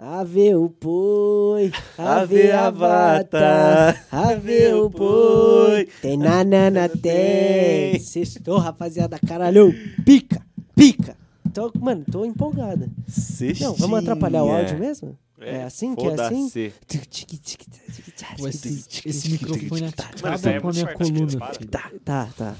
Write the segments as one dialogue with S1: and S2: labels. S1: Ave o poi, ave a vata, ave o poi, tem nanana tem. Sextou, rapaziada, caralho, pica, pica. Tô, mano, tô empolgada.
S2: Sextinha.
S1: Não, vamos atrapalhar o áudio mesmo? É,
S2: É,
S1: assim que é assim?
S2: foda-se.
S1: Tic, tic, tic, tic, tic,
S3: Pô,
S1: tic,
S3: esse,
S1: tic,
S3: esse
S1: tic,
S3: microfone
S1: tic, tic,
S2: Mano, isso aí
S3: acaba
S2: é
S3: com a
S2: muito
S3: minha
S2: chato, acho que eles
S3: coluna.
S2: param.
S1: Tá,
S3: filho.
S1: tá, tá.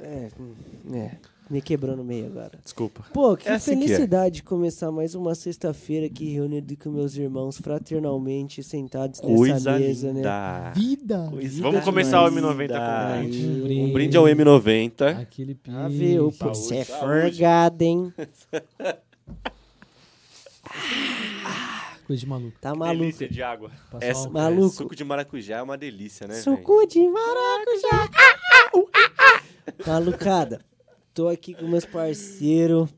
S1: É, hum, é, me quebrou no meio agora.
S2: Desculpa.
S1: Pô, que
S2: É assim que é.
S1: felicidade começar mais uma sexta-feira aqui reunido com meus irmãos fraternalmente sentados
S2: Coisa
S1: nessa mesa, né?
S2: linda.
S3: Vida!
S2: Coisa
S1: Vamos
S2: começar o
S1: linda.
S2: M90 com
S1: Aí,
S2: Um brinde ao M90.
S3: Aquele pique.
S1: Ah, viu? Pô,
S2: Saúde,
S1: Você é
S2: saúde.
S1: forgado, hein?
S3: Coisa de maluco.
S1: Tá maluco.
S2: Delícia né, de água.
S3: Passar
S2: Essa,
S3: um-
S1: Maluco.
S2: Suco de maracujá é uma delícia, né? velho?
S1: Suco de maracujá. Malucada, tô aqui com meus parceiros.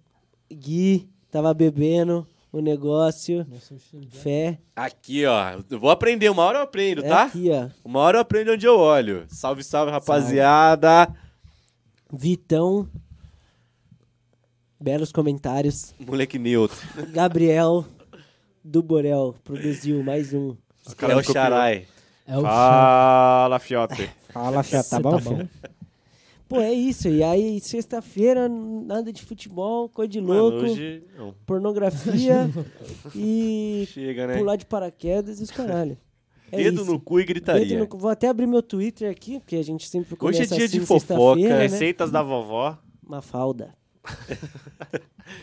S1: Gui, tava bebendo o negócio.
S3: Nossa, eu cheiro de-
S1: Fé.
S2: Aqui, ó. Eu vou aprender. Uma hora eu aprendo,
S1: É
S2: tá?
S1: aqui, ó.
S2: Uma hora eu aprendo onde eu olho. Salve, salve, rapaziada.
S1: Vitão. Belos comentários.
S2: Moleque neutro.
S1: Gabriel do Borel produziu mais um.
S2: É o Xarai.
S3: É o chá.
S4: Fala, fiote.
S1: Fala,
S3: Cê tá bom?
S1: Pô, é isso. E aí, sexta-feira, nada de futebol, coisa de
S2: Mano,
S1: louco,
S2: hoje... Não,
S1: pornografia e
S2: chega, né?
S1: pular de paraquedas e os caralho. É
S2: Dedo
S1: isso.
S2: no cu e
S1: Dedo
S2: gritaria.
S1: no cu. Vou até abrir meu Twitter aqui, porque a gente sempre começa
S2: é dia
S1: assim,
S2: de fofoca, é
S1: sexta-feira, né?
S4: Receitas da vovó.
S1: Mafalda.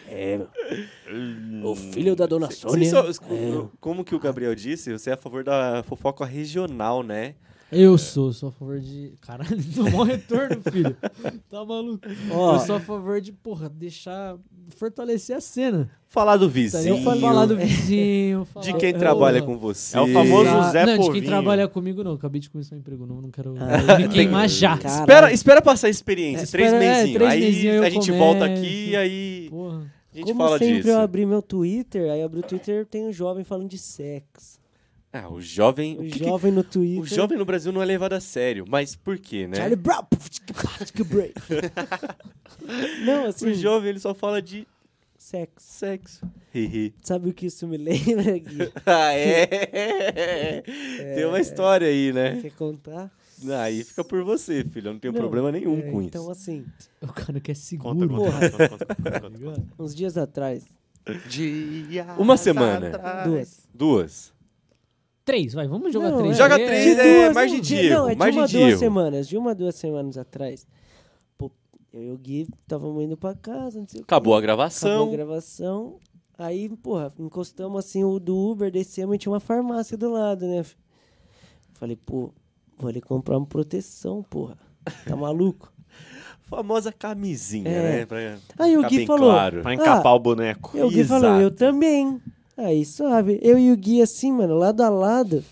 S1: é, meu. O filho da dona Sônia.
S2: Vocês só- Como que o Gabriel disse, você é a favor da fofoca regional, né?
S3: Eu sou, sou a favor de. Caralho, tomou retorno, filho. Tá maluco.
S1: Ó.
S3: Eu sou a favor de, porra, deixar. fortalecer a cena.
S2: Falar do
S3: Tá
S2: vizinho,
S3: ligado? Falar do É, vizinho.
S2: um de
S3: falar-
S2: quem
S3: Eu-
S2: trabalha com você.
S4: É o famoso-
S3: Ah,
S4: Zé
S3: Não, de quem
S4: Povinho.
S3: trabalha comigo, não. Acabei de começar um emprego novo, não quero
S1: Ah.
S3: me queimar já.
S1: Caralho.
S2: Espera, espera passar a experiência,
S3: É,
S2: três
S3: espera- é,
S2: mesinhos.
S3: três
S2: aí
S3: mesinhos eu
S2: a gente
S3: começo.
S2: volta aqui e aí
S3: Porra.
S2: a gente
S1: Como
S2: fala
S1: sempre
S2: disso.
S1: eu abri meu Twitter, aí abri o Twitter tem um jovem falando de sexo.
S2: Ah, o jovem...
S1: O
S2: O, que que-
S1: jovem no Twitter.
S2: o jovem no Brasil não é levado a sério, mas por quê, né?
S1: Charlie Brown. Não, assim,
S2: O jovem ele só fala de
S1: sexo.
S2: sexo. Hihi.
S1: Sabe o que isso me lembra, Gui?
S2: ah, é. Tem uma história aí, né?
S1: Quer contar?
S2: Aí fica por você, filho. Eu não tenho
S1: É. Não,
S2: problema nenhum
S1: É,
S2: Um com
S1: então,
S2: isso.
S1: assim,
S3: O cara que é
S4: Conta,
S3: seguro. Tá
S4: conta,
S1: Porra.
S4: conta, conta, conta, conta, conta.
S1: uns dias atrás,
S2: Uma semana.
S1: duas.
S2: Duas.
S3: Três, vai, vamos jogar
S1: Não,
S3: três.
S1: é.
S2: Joga
S3: É,
S2: três,
S3: é.
S2: é.
S1: duas,
S2: margem
S1: um
S2: de
S1: dia-
S2: erro,
S1: Não, é de
S2: margem
S1: uma
S2: de
S1: duas
S2: erro.
S1: semanas, de uma duas semanas atrás. Pô, eu e o Gui estávamos indo pra casa, não sei o que.
S2: Acabou
S1: Acabou
S2: a
S1: a
S2: gravação.
S1: gravação. Aí, porra, encostamos assim o do Uber, descemos e tinha uma farmácia do lado, né? Falei, pô, vou ali comprar uma proteção, porra. Tá maluco?
S2: Famosa camisinha,
S1: É.
S2: né? Pra
S1: Aí o
S2: ficar
S1: Gui
S2: bem
S1: falou,
S2: claro.
S4: Pra encapar o boneco.
S1: Aí o Gui falou,
S2: Exato.
S1: eu também. Aí, suave. Eu e o Gui assim, mano, lado a lado.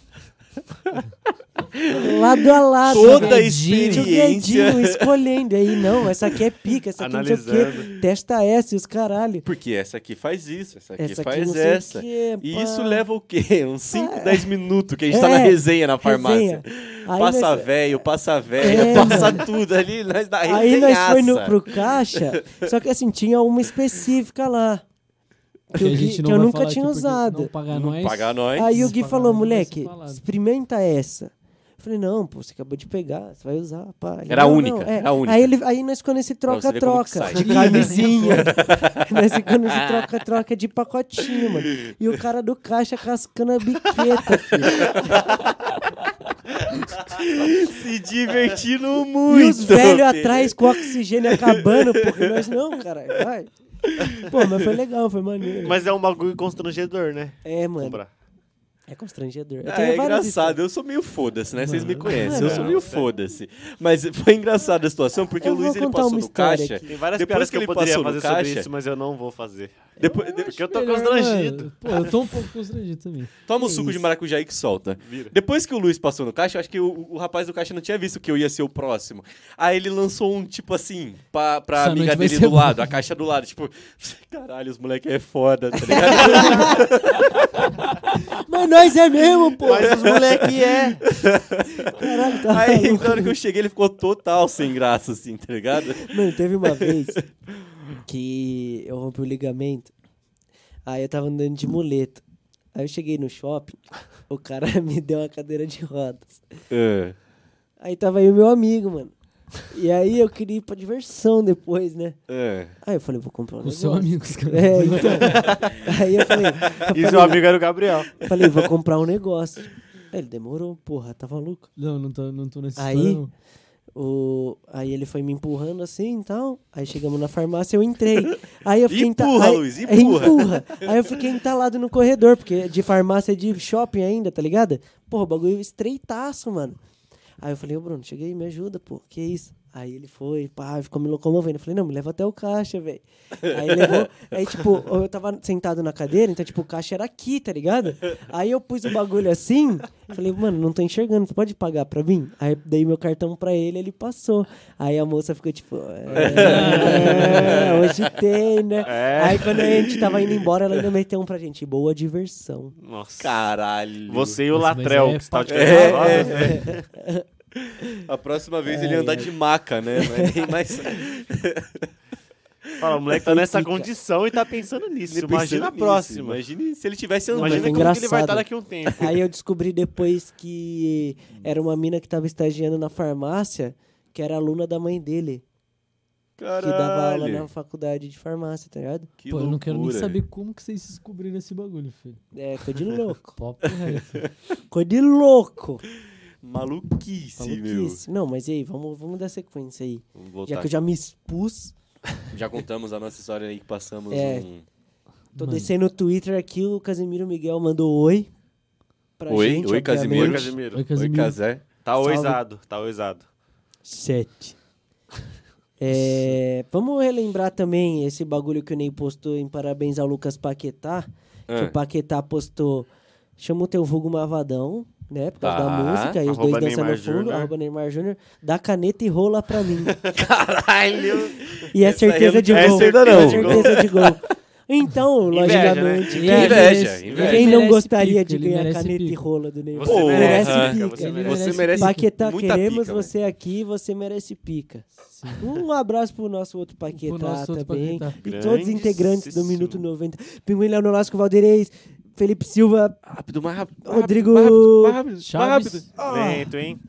S1: lado a lado.
S2: Toda a
S3: Jogadinho,
S2: experiência.
S1: Jogadinho, escolhendo. Aí, não, essa aqui é pica, essa aqui não sei o quê.
S4: Analisando.
S1: Testa essa e os caralho.
S2: Porque essa aqui faz isso, essa aqui
S1: Essa aqui
S2: faz
S1: não sei o
S2: essa.
S1: quê,
S2: e
S1: pá.
S2: isso leva o quê? Uns 5,
S1: Ah,
S2: 10 minutos que a gente tá na
S1: é,
S2: resenha na
S1: Resenha.
S2: farmácia.
S1: Aí
S2: passa
S1: nós-
S2: velho, passa velho,
S1: É,
S2: passa tudo ali, nós da
S1: Aí nós foi no-
S2: resenhaça.
S1: pro caixa, só que assim, tinha uma específica lá. Que,
S3: Que,
S1: eu, Gui- que eu
S3: vai
S1: nunca
S3: falar
S1: tinha
S3: aqui porque Não é tá
S1: usado.
S3: pagar
S2: é. Não
S3: nós.
S2: paga nós.
S1: Aí o
S3: Não
S1: Gui
S3: pagar
S1: falou,
S3: nada, vai ser
S1: moleque,
S3: falado."
S1: experimenta essa. Eu falei, não, pô, você acabou de pegar, você vai usar, pá. Ele,
S2: Era a
S1: "Não, não,
S2: única,
S1: é."
S2: era a única.
S1: Aí, ele, aí nós ficamos nesse
S2: você ver como
S1: troca-troca,
S2: que sai.
S1: de camisinha. nós ficamos nesse troca-troca de pacotinho, mano. E o cara do caixa cascando a biqueta, filho.
S2: Se divertindo
S1: E
S2: muito.
S1: os velhos
S2: filho.
S1: atrás com o oxigênio acabando, porque nós não, caralho, vai. Pô, mas foi legal, foi maneiro.
S4: Mas é um bagulho constrangedor, né?
S1: É, mano.
S4: Comprar.
S1: É constrangedor. Eu
S2: Ah,
S1: tenho
S2: é
S1: várias
S2: engraçado, eu sou meio foda-se, né? Vocês me conhecem, eu sou
S4: Não,
S2: meio
S4: sério.
S2: foda-se. Mas foi engraçada a situação, porque
S1: Eu
S2: o
S1: vou
S2: Luiz ele
S1: contar
S2: passou
S1: uma
S2: no
S1: história
S2: caixa.
S1: aqui.
S4: Tem várias
S2: Depois
S4: piadas
S2: que
S4: É. que,
S2: ele
S4: eu poderia
S2: passou no
S4: fazer
S2: caixa-
S4: sobre isso, mas eu não vou fazer.
S2: Depois, de-
S4: Porque eu
S1: é
S4: tô
S3: Melhor,
S4: constrangido.
S3: mano. Pô, eu tô um pouco constrangido também.
S2: toma o suco de maracujá aí que solta.
S4: Vira.
S2: Depois que o Luiz passou no caixa, eu acho que o, o rapaz do caixa não tinha visto que eu ia ser o próximo. Aí ele lançou um tipo assim, pra, pra
S3: Essa
S2: amiga
S3: noite vai
S2: dele
S3: ser
S2: do
S3: boa.
S2: lado, a caixa do lado. Tipo, caralho, os moleque é foda, tá ligado?
S1: Mas nós é mesmo, pô.
S4: Mas os moleque é.
S1: Caralho, tá
S2: Aí então.
S1: maluco.
S2: na hora que eu cheguei, ele ficou total sem graça, assim, tá ligado?
S1: Mano, teve uma vez que eu rompi o ligamento. Aí eu tava andando de muleta. Aí eu cheguei no shopping, o cara me deu uma cadeira de rodas.
S2: É.
S1: Aí tava aí o meu amigo, mano. E aí eu queria ir pra diversão depois, né?
S2: É.
S1: Aí eu falei, vou comprar um
S3: Com o
S1: negócio.
S3: seu amigo, os caras.
S1: É, então. aí eu falei,
S4: E seu amigo era o Gabriel.
S1: eu falei, vou comprar um negócio. Aí ele demorou, porra, tá maluco.
S3: Não, não tô, não tô nesse
S1: Aí?
S3: história, não.
S1: O... Aí ele foi me empurrando assim e tal. Aí chegamos na farmácia, eu entrei. Aí eu fiquei enta-
S2: Empurra,
S1: aí-
S2: Luiz,
S1: aí
S2: empurra.
S1: empurra. Aí eu fiquei entalado no corredor, porque de farmácia é de shopping ainda, tá ligado? Porra, o bagulho estreitaço, mano. Aí eu falei, ô Bruno, cheguei, me ajuda, pô, que isso? Aí ele foi, pá, ficou me locomovendo. Eu falei, não, me leva até o caixa, velho. Aí levou, aí tipo, eu tava sentado na cadeira, então tipo, o caixa era aqui, tá ligado? Aí eu pus o bagulho assim, falei, mano, não tô enxergando, você pode pagar pra mim? Aí dei meu cartão pra ele, ele passou. Aí a moça ficou tipo, é, hoje tem, né?
S4: É.
S1: Aí quando a gente tava indo embora, ela ainda meteu um pra gente, boa diversão.
S4: Nossa.
S2: Caralho.
S4: Você e o
S3: Nossa, mas
S4: Latrel,
S3: é
S4: que está de
S3: papo-
S4: cadeira de
S2: É,
S4: rodas, né?
S2: A próxima vez ele ia andar de maca, né? Não é nem mais.
S4: Fala, o moleque tá nessa
S1: Fica.
S4: condição e tá pensando nisso.
S2: Ele
S4: Imagina
S2: pensando
S4: a
S2: nisso,
S4: próxima.
S2: Imagine se ele tivesse
S1: Não,
S2: andando.
S1: mas
S4: Imagina
S1: foi
S4: como que ele
S1: engraçado.
S4: vai estar daqui a um tempo.
S1: Aí eu descobri depois que era uma mina que tava estagiando na farmácia, que era aluna da mãe dele, que
S2: Caralho.
S1: dava aula né? na faculdade de farmácia, tá ligado?
S2: Que
S3: Pô, eu não quero nem
S2: loucura.
S3: saber como que vocês descobriram esse bagulho, filho. é
S1: É, coisa de louco.
S3: Papo reto.
S1: coisa de louco.
S2: Maluquice,
S1: Maluquice. Não, mas e aí, vamos, vamos dar sequência aí.
S2: meu. Vamos voltar.
S1: Já
S2: Já,
S1: que eu já me expus,
S2: contamos a nossa história aí que passamos
S1: É.
S2: um...
S1: tô
S3: Mano.
S1: descendo o Twitter aqui, o Casemiro Miguel mandou oi pra
S2: Oi,
S1: gente. obviamente.
S2: oi,
S4: Oi,
S2: Casemiro.
S4: Casimiro.
S3: Oi,
S2: Oi,
S3: Casimiro.
S2: Casé.
S4: Tá
S1: Salve.
S4: oisado, tá oisado.
S1: Sete. É, vamos relembrar também esse bagulho que o Ney postou em parabéns ao Lucas Paquetá. Que
S2: Ah,
S1: o Paquetá postou. Chama o teu vulgo Mavadão, né? Por causa
S2: Tá.
S1: da música, aí os dois
S4: Arroba
S1: dançando no
S4: Neymar
S1: fundo,
S4: Júnior.
S1: arroba Neymar Júnior, dá caneta e rola pra mim.
S4: Caralho!
S1: E é
S2: Essa aí eu
S1: certeza
S2: não
S1: de gol.
S4: tinha certeza
S1: É
S4: não.
S1: certeza de gol. Então,
S4: Inveja,
S1: logicamente,
S4: né?
S1: quem-
S2: Inveja,
S3: Ele
S2: inveja.
S1: quem não
S3: merece
S1: gostaria
S3: pica,
S1: de
S3: ele
S1: ganhar
S3: merece
S1: caneta e
S3: pica.
S1: rola do Neymar?
S4: Você
S2: Porra.
S4: merece,
S1: Merece
S4: cara,
S1: pica,
S4: você
S1: ele
S4: merece.
S2: Você
S3: merece
S2: merece
S1: Paquetá,
S2: muita
S1: queremos
S2: pica, velho.
S1: você aqui, você merece pica.
S3: Sim.
S1: Um abraço pro nosso outro Paquetá
S3: Pro nosso outro
S1: também.
S3: Paquetá.
S1: E todos os integrantes do
S4: Grandíssimo.
S1: Minuto 90. Pinguim Leonel Nolasco Valdeirês, Felipe Silva,
S2: Rápido, mais rápido. mais
S1: Rodrigo-
S2: rápido, mais rápido, mais rápido, mais
S3: Chaves.
S2: rápido.
S4: Ah. Lento, hein?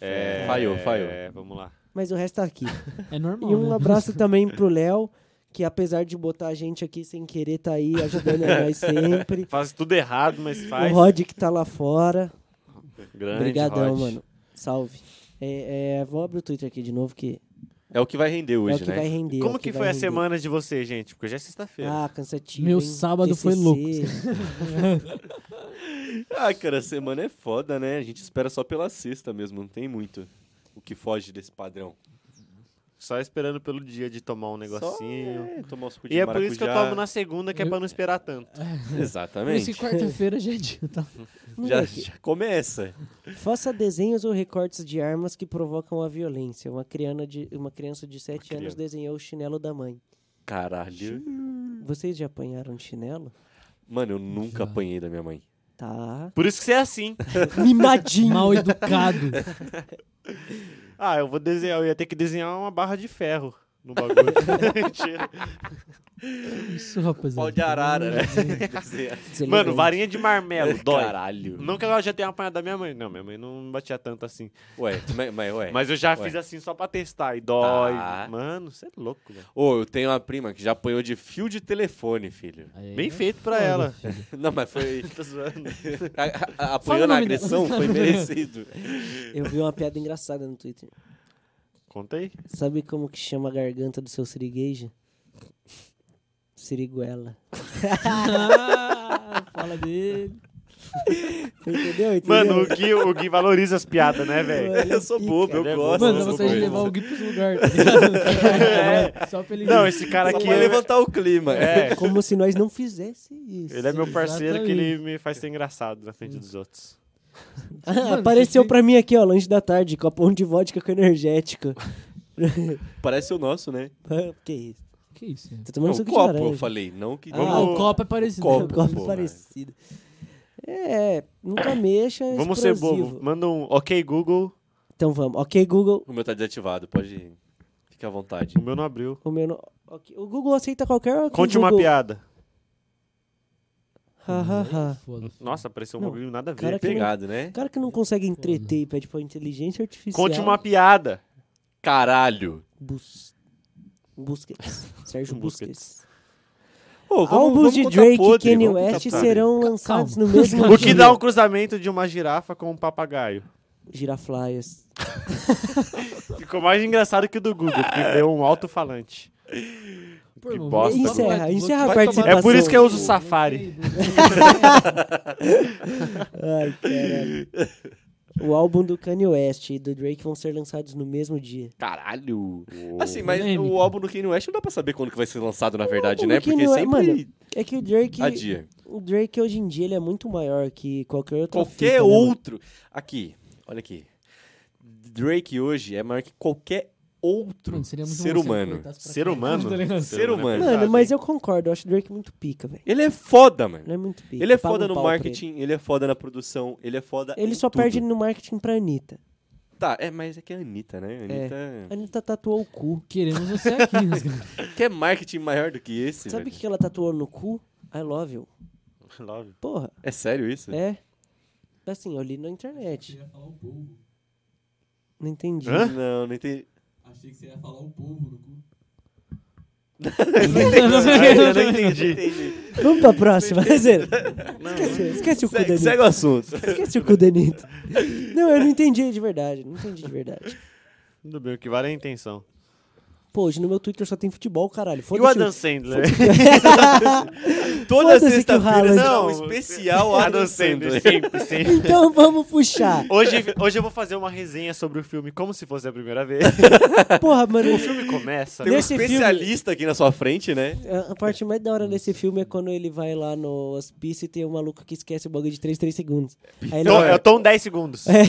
S4: É,
S2: Falhou, falhou.
S4: É, vamos lá.
S1: mas o resto tá aqui.
S3: É normal.
S1: E um
S3: né?
S1: abraço também pro Léo, que apesar de botar a gente aqui sem querer, tá aí ajudando a nós sempre.
S4: Faz tudo errado, mas faz.
S1: O Rod que tá lá fora.
S4: Grande
S1: Obrigadão,
S4: Rod.
S1: mano. Salve. É, é, vou abrir o Twitter aqui de novo, que
S2: É o que vai render hoje,
S1: é o que
S2: né?
S1: vai render. é
S4: Como
S1: o
S4: que
S1: vai
S4: foi a
S1: render.
S4: semana de vocês, gente? Porque já é sexta-feira.
S1: Ah, cansativo.
S3: Meu
S1: hein?
S3: sábado foi
S1: TCC.
S3: louco.
S2: Ah, cara, semana é foda, né? A gente espera só pela sexta mesmo, não tem muito o que foge desse padrão.
S4: Só esperando pelo dia de tomar um negocinho.
S2: Só, é, tomar os
S4: E é por isso que eu tomo na segunda, que é
S3: Eu-
S4: pra não esperar tanto.
S3: Por isso
S2: Exatamente.
S3: que quarta-feira já é dia, tá?
S2: Já,
S1: Moleque,
S2: já começa.
S1: Faça desenhos ou recortes de armas que provocam a violência. Uma criança de, uma criança de 7 anos
S4: criança.
S1: desenhou o chinelo da mãe.
S2: Caralho.
S1: Vocês já apanharam chinelo?
S2: Mano, eu nunca
S3: Já.
S2: apanhei da minha mãe.
S1: Tá.
S4: Por isso que você é assim.
S1: Mimadinho.
S3: Mal educado.
S4: Ah, eu vou desenhar, eu ia ter que desenhar uma barra de ferro no bagulho. Mentira.
S3: Isso, rapaziada.
S2: Pau de arara, né?
S1: Deselegante.
S4: Mano, varinha de marmelo, dói.
S2: É, Caralho.
S4: Não que ela já tenha apanhado da minha mãe. Não, minha mãe não batia tanto assim.
S2: Ué, mas, mas ué.
S4: Mas eu já
S2: Ué.
S4: fiz assim só pra testar e dói.
S2: Tá.
S4: Mano, você é louco, velho.
S2: Ô, eu tenho uma prima que já apanhou de fio de telefone, filho.
S3: Aí
S4: Bem
S3: é
S4: feito pra
S3: foda,
S4: ela.
S3: filho.
S2: Não, mas foi.
S4: Tô tá zoando.
S2: a- a- a-
S3: Fala
S2: apanhou
S3: o
S2: na
S3: nome dela.
S2: agressão, foi merecido.
S1: Eu vi uma piada engraçada no Twitter.
S4: Conta aí.
S1: Sabe como que chama a garganta do seu sirigueja? Siriguela.
S3: Ah, Fala dele.
S1: Você Entendeu? Entendeu?
S4: Mano, o Gui, o Gui valoriza as piadas, né, velho?
S1: Olha,
S2: Eu sou
S1: pica.
S2: bobo, eu
S4: Ele é
S2: gosto.
S4: bobo,
S3: Mano,
S2: eu
S3: dá
S4: essas
S2: sou
S3: vontade de
S2: bobo.
S3: levar o Gui pros lugares. tá ligado? Só pra ele.
S4: Não, esse cara
S2: Só
S4: aqui.
S2: pra
S4: é-
S2: levantar o clima.
S4: É,
S1: Como se nós não fizéssemos isso.
S4: ele é meu parceiro que ele
S3: Exatamente.
S4: me faz ser engraçado na
S1: Hum.
S4: frente dos outros.
S1: Ah,
S3: Mano,
S1: apareceu
S3: você-
S1: pra mim aqui, ó, lanche da tarde, copão de vodka com energético.
S2: Parece o nosso, né?
S1: Ah, que isso?
S3: Que isso? né?
S1: Tô tá tomando
S2: Não,
S1: suco
S2: copo,
S1: de
S2: eu
S1: laranja.
S2: falei. Não que.
S1: Ah,
S3: Ah,
S4: Vamos-
S3: o copo é parecido. né?
S1: Um
S2: copo,
S1: copo
S2: pô,
S1: parecido. É, nunca mexa, é
S4: Vamos ser
S1: explosivo.
S4: bobo. Manda um ok, Google.
S1: Então vamos. Ok, Google.
S2: O meu tá desativado, pode. Fica à vontade.
S4: O meu não abriu.
S1: O, meu no- ok, o Google aceita qualquer... ok,
S4: Conte uma
S1: Google.
S4: piada.
S1: Ha, ha, ha.
S3: Foda-se.
S4: Nossa, pareceu um
S1: Não,
S4: bagulho nada a ver.
S1: cara que-
S2: Pegado, né?
S1: O cara que não consegue entreter e pede pra inteligência artificial.
S4: Conte uma piada.
S2: Caralho.
S1: Bus... Busquets. Sérgio Busquets.
S2: Pô,
S1: Álbuns de
S2: contar
S1: Drake e
S2: podre,
S1: Kanye
S2: vamos contar
S1: West é
S2: podre.
S1: serão lançados no mesmo
S4: O que
S1: dia.
S4: dá um cruzamento de uma girafa com um papagaio?
S1: Giraflies.
S4: Ficou mais engraçado que o do Google, que deu um alto-falante.
S3: Pô,
S4: Que
S3: irmão,
S4: bosta.
S3: vai-
S1: Encerra,
S3: vai-
S1: encerra a
S2: vai tomar-
S1: participação.
S4: É por isso que eu uso
S3: Não sei,
S4: Safari.
S3: não sei.
S1: Ai, caralho. O álbum do Kanye West e do Drake vão ser lançados no mesmo dia.
S2: Caralho. Assim, mas
S1: Né,
S3: Polêmica.
S2: o álbum do Kanye West não dá pra saber quando que vai ser lançado, na verdade,
S1: álbum
S2: né?
S1: do Kanye
S2: Porque
S1: West-
S2: sempre
S1: mano, É que o Drake,
S2: adia.
S1: o Drake hoje em dia ele é muito maior que qualquer né, outro.
S2: Qualquer outro... Aqui, olha aqui. Drake hoje é maior que qualquer outro
S3: Mano, seria muito
S2: ser
S3: bom se ele
S2: humano.
S3: cortasse pra
S4: Ser
S3: cá.
S4: humano?
S3: Tá ligado?
S2: Ser humano.
S1: Mano, mas eu concordo, eu acho o Drake muito pica, velho.
S2: Ele é foda, mano.
S1: Ele é muito pica.
S2: Ele é
S1: paga
S2: foda
S1: um
S2: no
S1: pau pra
S2: marketing, ele é foda na produção, ele é foda.
S1: Ele, Ele
S2: em
S1: só
S2: tudo.
S1: perde no marketing pra Anitta.
S2: Tá, é, mas é que é a Anitta, né? Anitta.
S1: A Anitta tatuou o cu.
S3: Queremos você aqui. né, cara?
S2: Quer marketing maior do que esse?
S1: É. Sabe o
S2: velho?
S1: que ela tatuou no cu? I love you.
S4: Love.
S1: Porra,
S2: É sério isso?
S1: é. Assim, eu li na internet.
S3: ia falar o povo.
S1: Não entendi.
S4: Hã?
S2: Não, não entendi.
S3: Achei que você ia falar o povo no cu.
S1: é
S4: Eu não entendi.
S2: Entendi.
S1: Vamos pra próxima, Zero. Esquece, esquece é o cu da
S2: Segue,
S1: Anitta.
S2: segue o assunto.
S1: Esquece o cu da Anitta. Não, eu não entendi de verdade. Não entendi de verdade.
S4: Tudo bem, o que vale é a intenção.
S1: Pô, hoje no meu Twitter só tem futebol, caralho.
S4: E o
S1: Foda-se.
S4: Adam Sandler?
S2: Toda
S1: Foda-se que o
S2: sexta-feira
S1: Haaland-
S2: dá um especial
S4: Tá
S2: Adam Sandler.
S4: Sempre, sempre.
S1: Então vamos puxar.
S4: Hoje, hoje eu vou fazer uma resenha sobre o filme como se fosse a primeira vez.
S1: Porra, mano.
S4: O filme começa.
S2: Tem um
S1: Nesse filme-
S2: especialista aqui na sua frente, né?
S1: A a parte mais da hora desse filme é quando ele vai lá no hospício e tem um maluco que esquece o bagulho de 3, 3 segundos. Aí ele
S4: Tom-
S1: vai-
S4: eu tô em 10 segundos.
S1: É.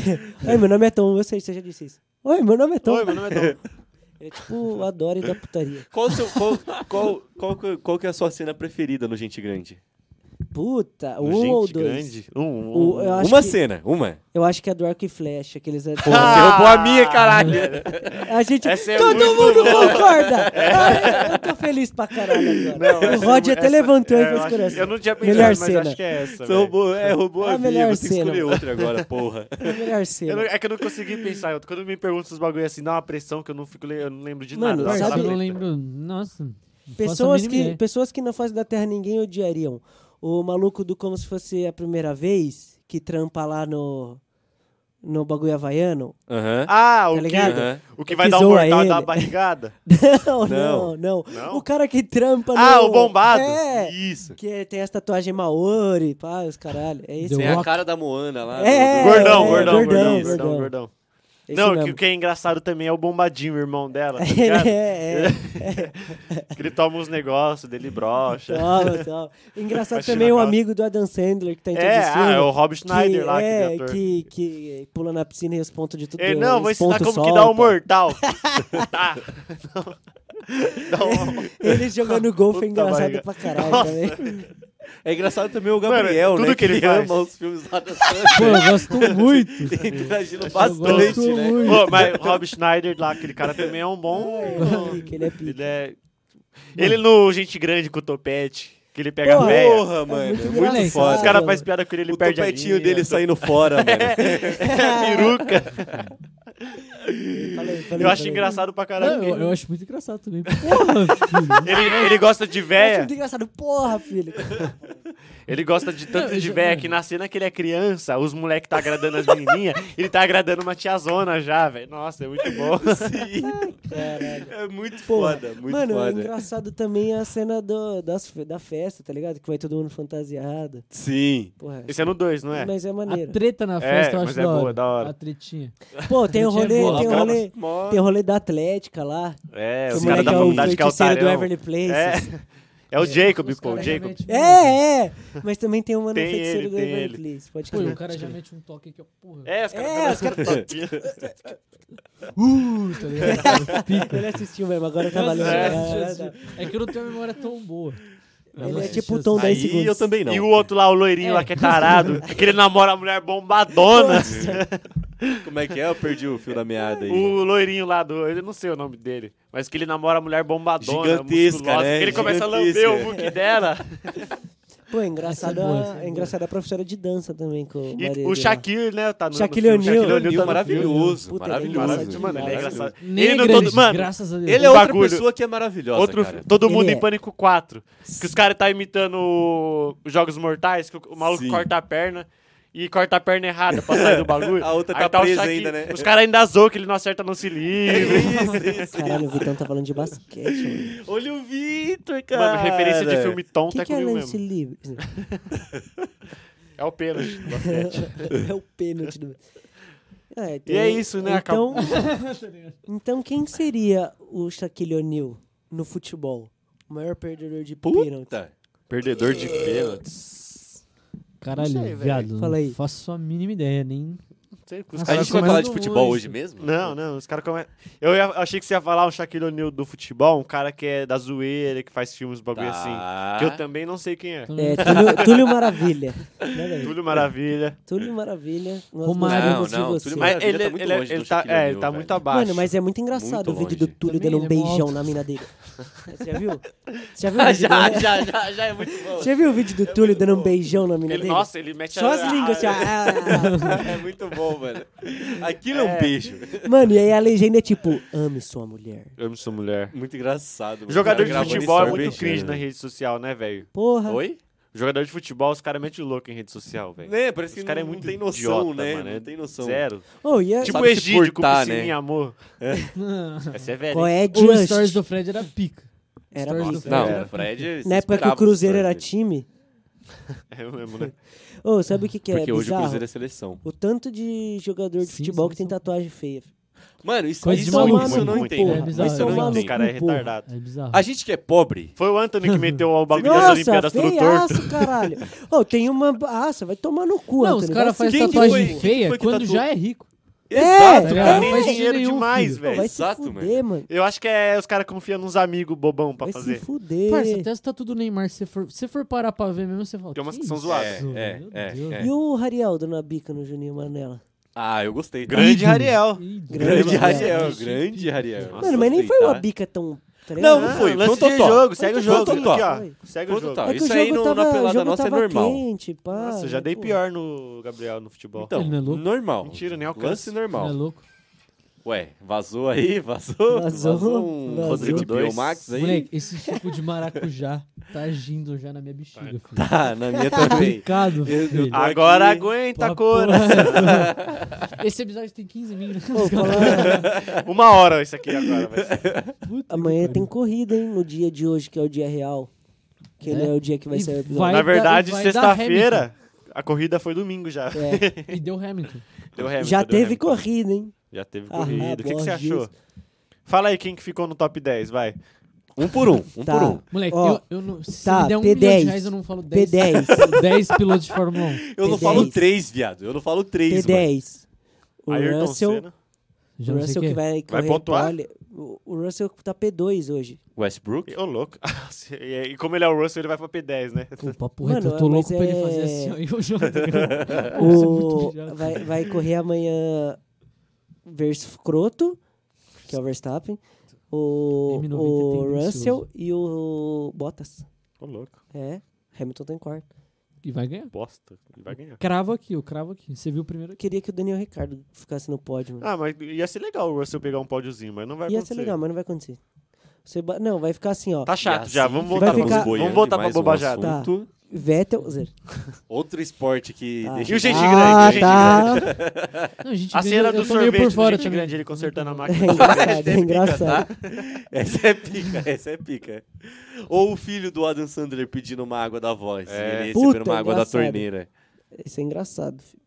S1: Oi, meu nome é Tom. Eu sei, você já disse isso. Oi, meu nome é Tom.
S4: Oi, meu nome é Tom.
S1: É tipo a Dory da putaria.
S2: Qual, o seu, qual, qual, qual, que- qual que é a sua cena preferida no Gente Grande?
S1: Puta, um
S4: Gente
S1: ou dois.
S4: grande. Um, um,
S1: O- é,
S4: um.
S1: eu acho
S2: uma
S1: que- Ah!
S2: cena, uma.
S1: Eu acho que é do arco e flecha, que eles...
S2: Pô,
S4: Ah,
S2: você roubou a minha,
S4: É,
S2: caralho.
S1: A gente.
S4: Essa é
S1: todo
S4: muito É.
S1: mundo concorda! Ai, eu tô feliz pra caralho agora. o Rod até levantou e
S4: É, eu,
S1: fez
S4: acho-
S1: coração.
S4: eu não tinha pensado,
S1: Melhor
S4: mas
S1: cena.
S4: acho que é essa.
S2: Você
S4: velho.
S2: roubou, é, roubou
S1: É
S2: a
S1: a melhor
S2: minha. Você tem que
S1: cena.
S2: escolher outra agora, porra.
S1: É a melhor
S4: Eu não-
S1: cena.
S4: é que eu não consegui pensar. Eu- quando me perguntam esses bagulho assim, dá uma pressão que eu não, fico, le- eu não lembro de
S1: Mano,
S4: nada.
S1: sabe-
S3: Parça,
S4: sabe?
S3: eu não lembro. Nossa. não faço a
S1: Pessoas
S3: mínima
S1: que,
S3: ideia.
S1: pessoas que na face da terra ninguém odiariam. O maluco do Como Se Fosse a Primeira Vez, que trampa lá no. No bagulho havaiano.
S2: Aham.
S4: Ah, o
S1: Tá
S4: que,
S1: ligado?
S2: Aham.
S4: o que
S1: É
S4: vai
S1: que
S4: dar um
S1: zoa
S4: mortal
S1: ele.
S4: da barrigada?
S1: Não,
S2: Não.
S1: não, não,
S4: Não?
S1: O cara que trampa no.
S4: Ah, o bombado.
S1: É.
S2: Isso.
S1: Que tem as tatuagens Maori, pá, os caralho. É isso.
S3: The
S2: Tem a
S3: Rock.
S2: cara da Moana lá.
S1: É,
S2: do- do-
S4: gordão,
S1: é,
S4: gordão,
S1: gordão,
S4: gordão,
S1: gordão.
S4: gordão, gordão. Não, o que, o que é engraçado também é o bombadinho, o irmão dela, tá ligado?
S1: é, é, é.
S4: Que ele toma uns negócios, dele brocha.
S1: Toma, toma. Engraçado
S4: Imagina
S1: também o
S4: agora.
S1: amigo do Adam Sandler que tá em todos
S4: É,
S1: os
S4: ah,
S1: filmes,
S4: é o Rob Schneider
S1: que,
S4: lá, aquele
S1: é,
S4: ator.
S1: que, que pula na piscina e os pontos de tudo.
S4: Ele, não,
S1: os
S4: vou ensinar como
S1: pontos
S4: que dá um
S1: solta.
S4: mortal. tá. Não. Dá um-
S1: Ele jogando golfe
S4: Puta
S1: é engraçado
S4: barriga.
S1: pra caralho
S4: Nossa.
S1: também.
S2: É engraçado também o Gabriel,
S4: Mano, tudo
S2: né?
S4: que ele faz.
S2: ama os filmes lá da
S3: Pô,
S2: Sandra.
S3: eu gosto muito.
S2: Ele interagindo
S3: Eu
S2: bastante,
S3: gosto
S2: né?
S3: muito.
S4: Ô, mas o Rob Schneider lá, aquele cara também é um bom.
S1: Ai, que ele é pica.
S4: Ele é. Ele no Gente Grande com o topete, que ele pega a
S1: Porra,
S4: véia.
S2: Porra, mano.
S1: muito
S2: é
S1: engraçado.
S2: muito foda.
S1: Os
S4: Os caras
S1: mano.
S4: fazem piada com ele, ele
S2: o
S4: perde a
S2: topetinho
S4: linha, É,
S2: dele é saindo fora, mano.
S4: peruca.
S1: Falei, falei,
S4: Eu acho
S1: falei.
S4: engraçado pra caralho.
S3: Não, eu, eu acho muito engraçado também. Porra, filho.
S4: Ele, ele gosta de
S1: Eu acho
S4: véia.
S1: muito engraçado. Porra, filho.
S4: Ele gosta de
S3: Não,
S4: tanto
S3: eu
S4: de
S3: já-
S4: véia que na cena que ele é criança, os moleques tá agradando as menininhas, ele tá agradando uma tiazona já, velho. Nossa, é muito bom.
S1: Caralho.
S2: É muito
S1: Porra.
S2: foda, muito
S1: Mano, é
S2: foda.
S1: engraçado também a cena do, das, da festa, tá ligado? Que vai todo mundo fantasiado.
S2: Sim.
S1: Porra.
S4: Esse é no 2, não é?
S1: Mas é
S3: A
S1: maneiro.
S3: treta na festa eu acho
S4: mas é
S3: da, hora.
S4: boa, da hora.
S3: A tretinha.
S1: Pô, tem o
S3: Gente, é
S1: rolê,
S3: boa.
S1: tem o
S3: Acaba-
S1: rolê,
S2: Mó-
S1: tem o rolê da Atlética lá.
S4: É,
S1: que
S4: os
S1: o moleque
S4: caras da
S1: é o
S4: faculdade que é o
S1: feiticeiro do
S4: tarão.
S1: Everly Place.
S4: É. É o Jacob,
S3: Os
S4: pô, o
S3: caras
S4: Jacob.
S3: realmente-
S1: É, é. Mas também tem uma no
S4: Tem ele,
S1: feiticeiro do
S4: tem
S1: Everly
S4: ele.
S1: Place. Pode
S3: Pô, e o
S1: crer.
S3: cara já mete um toque aqui, ó. Porra.
S4: É, os caras
S1: É,
S4: parecem
S1: os caras-
S4: topinha.
S3: Uh, tá ligado? Pica.
S1: Ele assistiu mesmo, agora tá
S3: Eu
S1: valendo.
S3: assisti,
S1: Ah,
S3: eu assisti. É que eu não tenho a memória tão boa. Mas
S1: Ele
S3: eu
S1: é
S3: assisti,
S1: tipo o
S3: eu
S1: Tom
S3: assisti.
S1: 10
S2: Aí
S1: segundos.
S2: eu também não.
S4: E o outro lá, o loirinho
S3: É.
S4: lá que é tarado, que ele namora a mulher bombadona.
S1: tá
S2: Como é que é? Eu perdi o fio da meada aí.
S4: O loirinho lá do. Eu não sei o nome dele. Mas que ele namora a mulher bombadona.
S2: Gigantesca,
S4: musculosa,
S2: né?
S4: Que ele começa a
S2: Gigantesca.
S4: lamber o book dela.
S1: Pô, é engraçado,
S3: Essa é boa,
S1: a-
S3: essa é
S1: é
S3: boa.
S1: engraçado a professora de dança também com o
S4: E
S1: marido.
S4: o
S1: lá.
S4: Shaquille, né? Tá no,
S1: Shaquille
S4: no filme.
S1: O'Neal.
S4: Shaquille
S2: O'Neal
S4: tá no
S2: é maravilhoso,
S1: Puta,
S2: maravilhoso.
S1: engraçado
S4: Mano, ele é
S1: demais.
S4: engraçado. Ele
S3: Negras,
S4: não todo. Mano,
S3: graças a Deus.
S2: Ele é outra
S4: Bagulho.
S2: pessoa que é maravilhosa,
S4: outro,
S2: cara.
S4: todo
S1: Ele
S4: mundo
S1: é.
S4: em Pânico 4. Que os caras tá imitando o- os Jogos Mortais, que o, o maluco
S2: Sim.
S4: corta a perna. E corta a perna errada pra sair do bagulho.
S2: A outra
S4: Aí
S2: tá
S4: o
S2: presa
S4: Shaquille-
S2: ainda, né?
S4: Os caras ainda zoam que ele não acerta não se livre.
S2: Isso, isso.
S1: Caralho, o Vitão tá falando de basquete, mano.
S2: Olha o Vitor, cara.
S4: Mano, referência de filme
S1: O
S4: tonto
S1: que,
S4: é
S1: que é
S4: comigo
S1: lance
S4: mesmo.
S1: livre?
S4: É o pênalti do basquete.
S1: é o pênalti do... Ah,
S4: E é isso, né?
S1: Então,
S4: Acabou.
S1: então quem seria o Shaquille O'Neal no futebol? O maior perdedor de pênalti.
S2: Puta. Perdedor de pênaltis.
S3: Caralho,
S4: Não sei, velho.
S3: viado.
S1: Fala aí.
S3: Não faço a mínima ideia, nem.
S2: A
S3: Cara,
S2: gente vai
S3: começa
S2: falar de
S3: do
S2: futebol
S3: hoje.
S2: hoje mesmo?
S4: Não, não, os caras começam. Eu ia- achei que você ia falar um Shaquille O'Neal do futebol, um cara que é da zoeira, que faz filmes, bagulho assim.
S2: Tá.
S4: Que eu também não sei quem é.
S1: É, Túlio, Túlio Maravilha. Nada a ver.
S4: Túlio Maravilha.
S1: Túlio Maravilha. nós
S3: Romário.
S1: gostamos
S2: Não, não,
S1: de você.
S2: Túlio
S4: Mas
S2: Maravilha
S4: ele,
S2: tá muito
S4: ele,
S2: longe
S4: ele
S2: do
S4: tá,
S2: Shaquille
S4: é,
S2: O'Neal,
S4: ele tá
S2: velho.
S4: muito abaixo.
S1: Mano, mas é muito engraçado
S2: Muito
S1: o vídeo
S2: longe.
S1: do Túlio
S3: Também
S1: dando um
S3: ele é mó
S1: beijão
S3: alto.
S1: na mina dele. Você já viu? Você já viu o
S2: Ah,
S1: vídeo
S2: já,
S1: dele?
S2: já, já, já é muito bom.
S1: Você já viu o vídeo do Túlio dando um beijão na mina
S4: Ele,
S1: dele?
S4: nossa, ele mete
S1: Só
S4: a-
S1: as línguas assim, ó. Ah, ah,
S2: É muito bom, mano. Aquilo é um beijo.
S1: ah. Mano, e aí a legenda é tipo, ame sua mulher.
S4: Eu amo sua mulher.
S2: Muito engraçado. mano.
S4: Jogador de
S2: Cara, Tá gravando
S4: futebol é
S2: story
S4: muito
S2: beijando.
S4: cringe na rede social, né, velho?
S1: Porra.
S2: Oi?
S4: Jogador de futebol, os caras metem louco em rede social, velho.
S2: Né, parece que
S4: Os
S2: não,
S4: caras é
S2: não
S4: muito
S2: tem noção,
S4: idiota,
S2: né?
S4: mano, é
S2: Não tem noção.
S4: Zero.
S1: Oh, e a...
S4: Tipo
S2: Sabe se
S4: Egídio com
S2: portar,
S4: piscininha,
S2: né?
S4: amor. Essa é velha.
S1: Qual é
S3: O
S1: Just?
S3: Stories do Fred era pica.
S1: Era
S3: stories
S1: pica.
S3: do Fred
S2: Não,
S3: era
S2: o Fred... se
S1: Na época que
S2: esperava
S1: o Cruzeiro
S2: do
S1: era
S2: Fred.
S1: time.
S4: É mesmo, né?
S1: Ô, sabe o que, que é
S2: Porque hoje o
S1: bizarro?
S2: Cruzeiro é seleção.
S1: O tanto de jogador de
S3: Sim,
S1: futebol que tem
S3: sim, sim.
S1: tatuagem feia.
S2: Mano, isso,
S3: Coisa de
S2: isso, é uma-
S1: maluco,
S2: isso eu não
S4: muito,
S2: entendo.
S1: porra.
S2: Isso
S3: Vai
S2: eu não
S1: tomar no
S4: Esse
S2: entendo.
S4: cara é
S1: cu, porra.
S4: retardado.
S3: É bizarro.
S2: A gente que é pobre...
S4: Foi o Anthony que meteu o bagulho das
S1: Nossa,
S4: Olimpíadas todo torto.
S1: feiaço, caralho. Ô, tem uma... Ah, você vai tomar no cu,
S3: Não,
S1: Antônio,
S3: os
S1: vai
S3: caras
S1: se
S3: fazem
S2: Quem
S1: fuder.
S2: que
S3: tatuagem
S2: foi-
S3: feia
S2: foi que
S3: quando
S2: tatuou?
S3: já é rico.
S2: Exato,
S1: é.
S3: Tá ligado?
S4: Não
S3: faz
S4: tem dinheiro
S2: um
S3: nenhum,
S4: demais,
S3: filho.
S1: Pô, Vai
S4: velho.
S2: É, Exato,
S1: se fuder, mano.
S4: Eu acho que é os caras confiando nos amigos bobão pra
S1: Vai
S4: fazer.
S1: se fuder.
S3: Parça, até se tá tudo Neymar, se você for, se for parar pra ver mesmo, você fala.
S4: Tem umas que
S3: "Que
S4: são
S3: isso,
S4: zoadas.
S2: É,
S3: meu
S2: é,
S3: Deus".
S2: é,
S1: E o Rariel dando a bica no Juninho Manela?
S2: Ah, eu gostei.
S4: Grande
S3: Ídolo.
S4: Ariel.
S3: Ídolo.
S2: Grande
S1: Grande
S2: Rariel,
S3: Rariel.
S2: é, grande Rariel.
S4: Mano,
S1: Mano, mas nem foi
S2: Gostei,
S1: uma
S2: tá?
S1: bica tão... tá ligado?
S2: Não, não foi. Foi um
S4: Ah, lance de
S2: totó.
S4: jogo, segue o
S1: Foi um
S4: jogo.
S2: totó.
S4: Aqui, ó.
S2: Foi
S4: Segue o
S2: um
S4: jogo.
S2: totó.
S1: É que
S2: isso
S1: o jogo
S2: aí no- na
S1: tava,
S2: pelada
S1: o jogo
S2: nossa é
S1: tava
S2: normal.
S1: Quente, pá, né,
S4: Nossa, eu já dei
S1: pô.
S4: pior no Gabriel no futebol.
S2: Então,
S3: Ele não é louco?
S2: normal.
S4: Mentira, nem alcança.
S2: Lance
S3: Não É
S2: normal.
S3: louco.
S2: Ué, vazou aí, vazou.
S1: Vazou,
S2: um
S1: vazou.
S2: Rodrigo
S4: Dois.
S2: Biomax aí.
S3: Moleque, esse suco de maracujá tá agindo já na minha bexiga, filho.
S2: Tá, na minha também.
S3: Complicado,
S2: Eu- eu-
S3: filho.
S4: Agora
S2: Aqui.
S4: aguenta,
S3: Pra
S4: cora.
S3: porra. Esse episódio tem né? 15 minutos.
S1: Pô, falar-
S4: Uma hora isso aqui agora. vai ser.
S3: Puta
S1: amanhã
S3: que
S1: tem
S3: pariu.
S1: corrida, hein? No dia de hoje, que é o dia real. Que não é o dia que vai
S3: E
S1: sair o episódio.
S3: vai-
S4: Na verdade,
S3: dar- vai dar
S4: sexta-feira, a corrida foi domingo já.
S1: É,
S3: E deu Hamilton.
S4: Deu Hamilton,
S1: já
S2: é
S4: deu
S1: teve
S4: Hamilton.
S1: corrida, hein?
S4: Já teve
S1: Ah,
S4: corrida. o que, que você
S1: Borges.
S4: achou? Fala aí quem que ficou no top 10, vai.
S2: Um por um, um
S1: Tá.
S2: por um.
S3: Moleque,
S1: Ó,
S3: eu, eu não. Se
S1: tá,
S3: me der um
S1: P10,
S3: milhão de reais, eu não falo 10.
S1: P10.
S3: 10 pilotos de Fórmula 1.
S2: Eu não
S1: P10.
S2: falo três, viado. Eu não falo três, mano.
S1: P10. O
S4: Ayrton
S1: Russell,
S4: Senna.
S1: é o
S3: Já não sei
S1: Russell
S3: o quê.
S1: que vai correr
S4: pontuar?
S1: pole, o- o Russell tá P2 hoje.
S2: Westbrook?
S4: Ô, louco. E e como ele é o Russell, ele vai pra P10, né?
S3: Pô, papo
S1: Mano,
S3: reto, eu tô
S1: mas
S3: louco pra
S1: é-
S3: ele fazer assim, ó. E o jogo.
S4: É,
S3: Eu sou muito
S1: O...
S3: mijado.
S1: Vai, vai correr amanhã versus Croto, que é o Verstappen, o,
S3: M90
S1: o
S3: tem
S1: Russell
S3: delicioso.
S1: e o Bottas.
S4: Ô, louco.
S1: É, Hamilton tá em quarto.
S3: E vai ganhar.
S4: Bosta. Ele vai ganhar.
S3: Cravo aqui, eu cravo aqui. Você viu o primeiro aqui.
S1: Queria que o Daniel Ricardo ficasse no pódio, mano.
S4: Ah, mas ia ser legal o Russell pegar um pódiozinho, mas não vai
S1: Ia
S4: acontecer.
S1: ser legal, mas não vai acontecer. Seba- Não, vai ficar assim, ó.
S4: Tá chato
S2: E
S4: já,
S2: assim
S4: vamos
S1: vai
S4: voltar,
S1: ficar-
S4: pra,
S2: boiando
S4: vamos voltar pra
S2: mais um
S4: bobajada.
S1: Tá.
S2: assunto.
S1: Vettel, zero.
S2: Outro esporte que
S1: Tá.
S2: deixa...
S4: E o gente
S1: ah,
S4: grande, gente
S1: tá.
S3: Não, a gente
S4: A
S3: ganhou,
S4: cena
S3: eu
S4: do
S3: tô meio
S4: sorvete
S3: por
S4: do
S3: fora
S4: gente
S3: também.
S4: grande, ele consertando a
S1: É
S4: máquina.
S1: engraçado, é engraçado.
S4: tá?
S2: Essa é pica, essa é pica. Ou o filho do Adam Sandler pedindo uma água da voz.
S4: É.
S2: Ele
S1: Puta,
S2: recebendo uma água da
S1: engraçado.
S2: torneira.
S1: Isso é engraçado. filho.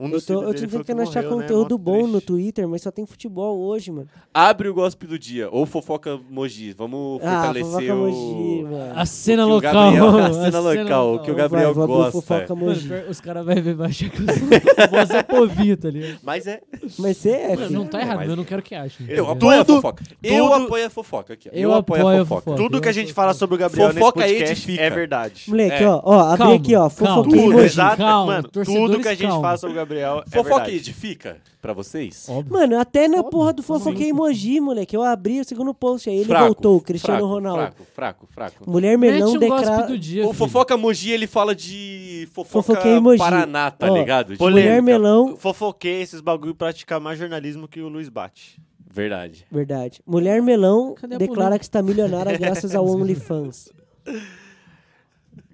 S4: Um
S1: Eu tô,
S4: dos filhos
S1: eu
S4: dele
S1: tô
S4: falou que
S1: tentando achar
S4: morreu, né?
S1: conteúdo
S4: Mó
S1: bom no
S4: triste.
S1: Twitter, mas só tem futebol hoje, mano.
S2: Abre o gospe do dia. Ou fofoca moji. Vamos
S1: Ah,
S2: fortalecer
S1: fofoca
S2: o...
S1: Mogi, mano.
S3: A cena
S2: que o
S3: local.
S2: Gabriel- a
S3: a
S2: cena local, que o
S1: Vai,
S2: Gabriel-
S1: vou abrir o
S2: gosta.
S1: fofoca
S3: Mano,
S1: Mogi.
S3: pior- os caras vão ver, vai achar que eu sou o Bossa Povinho, tá ligado?
S2: Mas é...
S1: Mas você é,
S3: Mano,
S1: filho.
S3: não tá
S2: Mas-
S3: errado, mas eu não quero que achem. tá
S2: Eu
S3: ligado?
S2: apoio a fofoca. eu
S4: tudo-
S2: apoio a fofoca aqui. ó.
S3: Eu apoio a fofoca.
S4: Tudo que a gente fala sobre o Gabriel
S2: Fofoca
S4: nesse podcast
S2: edifica.
S4: é verdade.
S1: Moleque,
S2: É.
S1: ó, ó, abri
S3: Calma,
S1: aqui, ó,
S3: calma.
S1: fofoquei
S4: Tudo,
S1: Mogi.
S4: exato.
S3: Calma,
S4: mano, tudo
S3: torcedores,
S4: que a gente
S3: calma.
S4: fala sobre o Gabriel é
S2: Fofoca
S4: verdade.
S2: edifica pra vocês?
S3: Óbvio.
S1: Mano, até na
S3: Óbvio,
S1: porra do
S3: como
S1: fofoquei
S3: assim?
S1: emoji, moleque. Eu abri o segundo post aí, ele
S2: Fraco,
S1: voltou, o Cristiano
S2: fraco,
S1: Ronaldo.
S2: Fraco, fraco, fraco.
S1: Mulher melão
S3: Mete um gossip
S1: declara...
S3: do dia,
S2: O
S3: filho.
S2: Fofoca Mogi, ele fala de fofoca
S1: Fofoquei Mogi.
S2: Paraná, tá
S1: Ó,
S2: ligado? De
S4: polêmica.
S1: Mulher melão...
S4: Fofoquei esses bagulho praticar mais jornalismo que o Luiz Bate.
S2: Verdade.
S1: Verdade. Mulher melão
S3: Cadê a
S1: declara
S3: polêmica?
S1: que está milionária graças ao OnlyFans.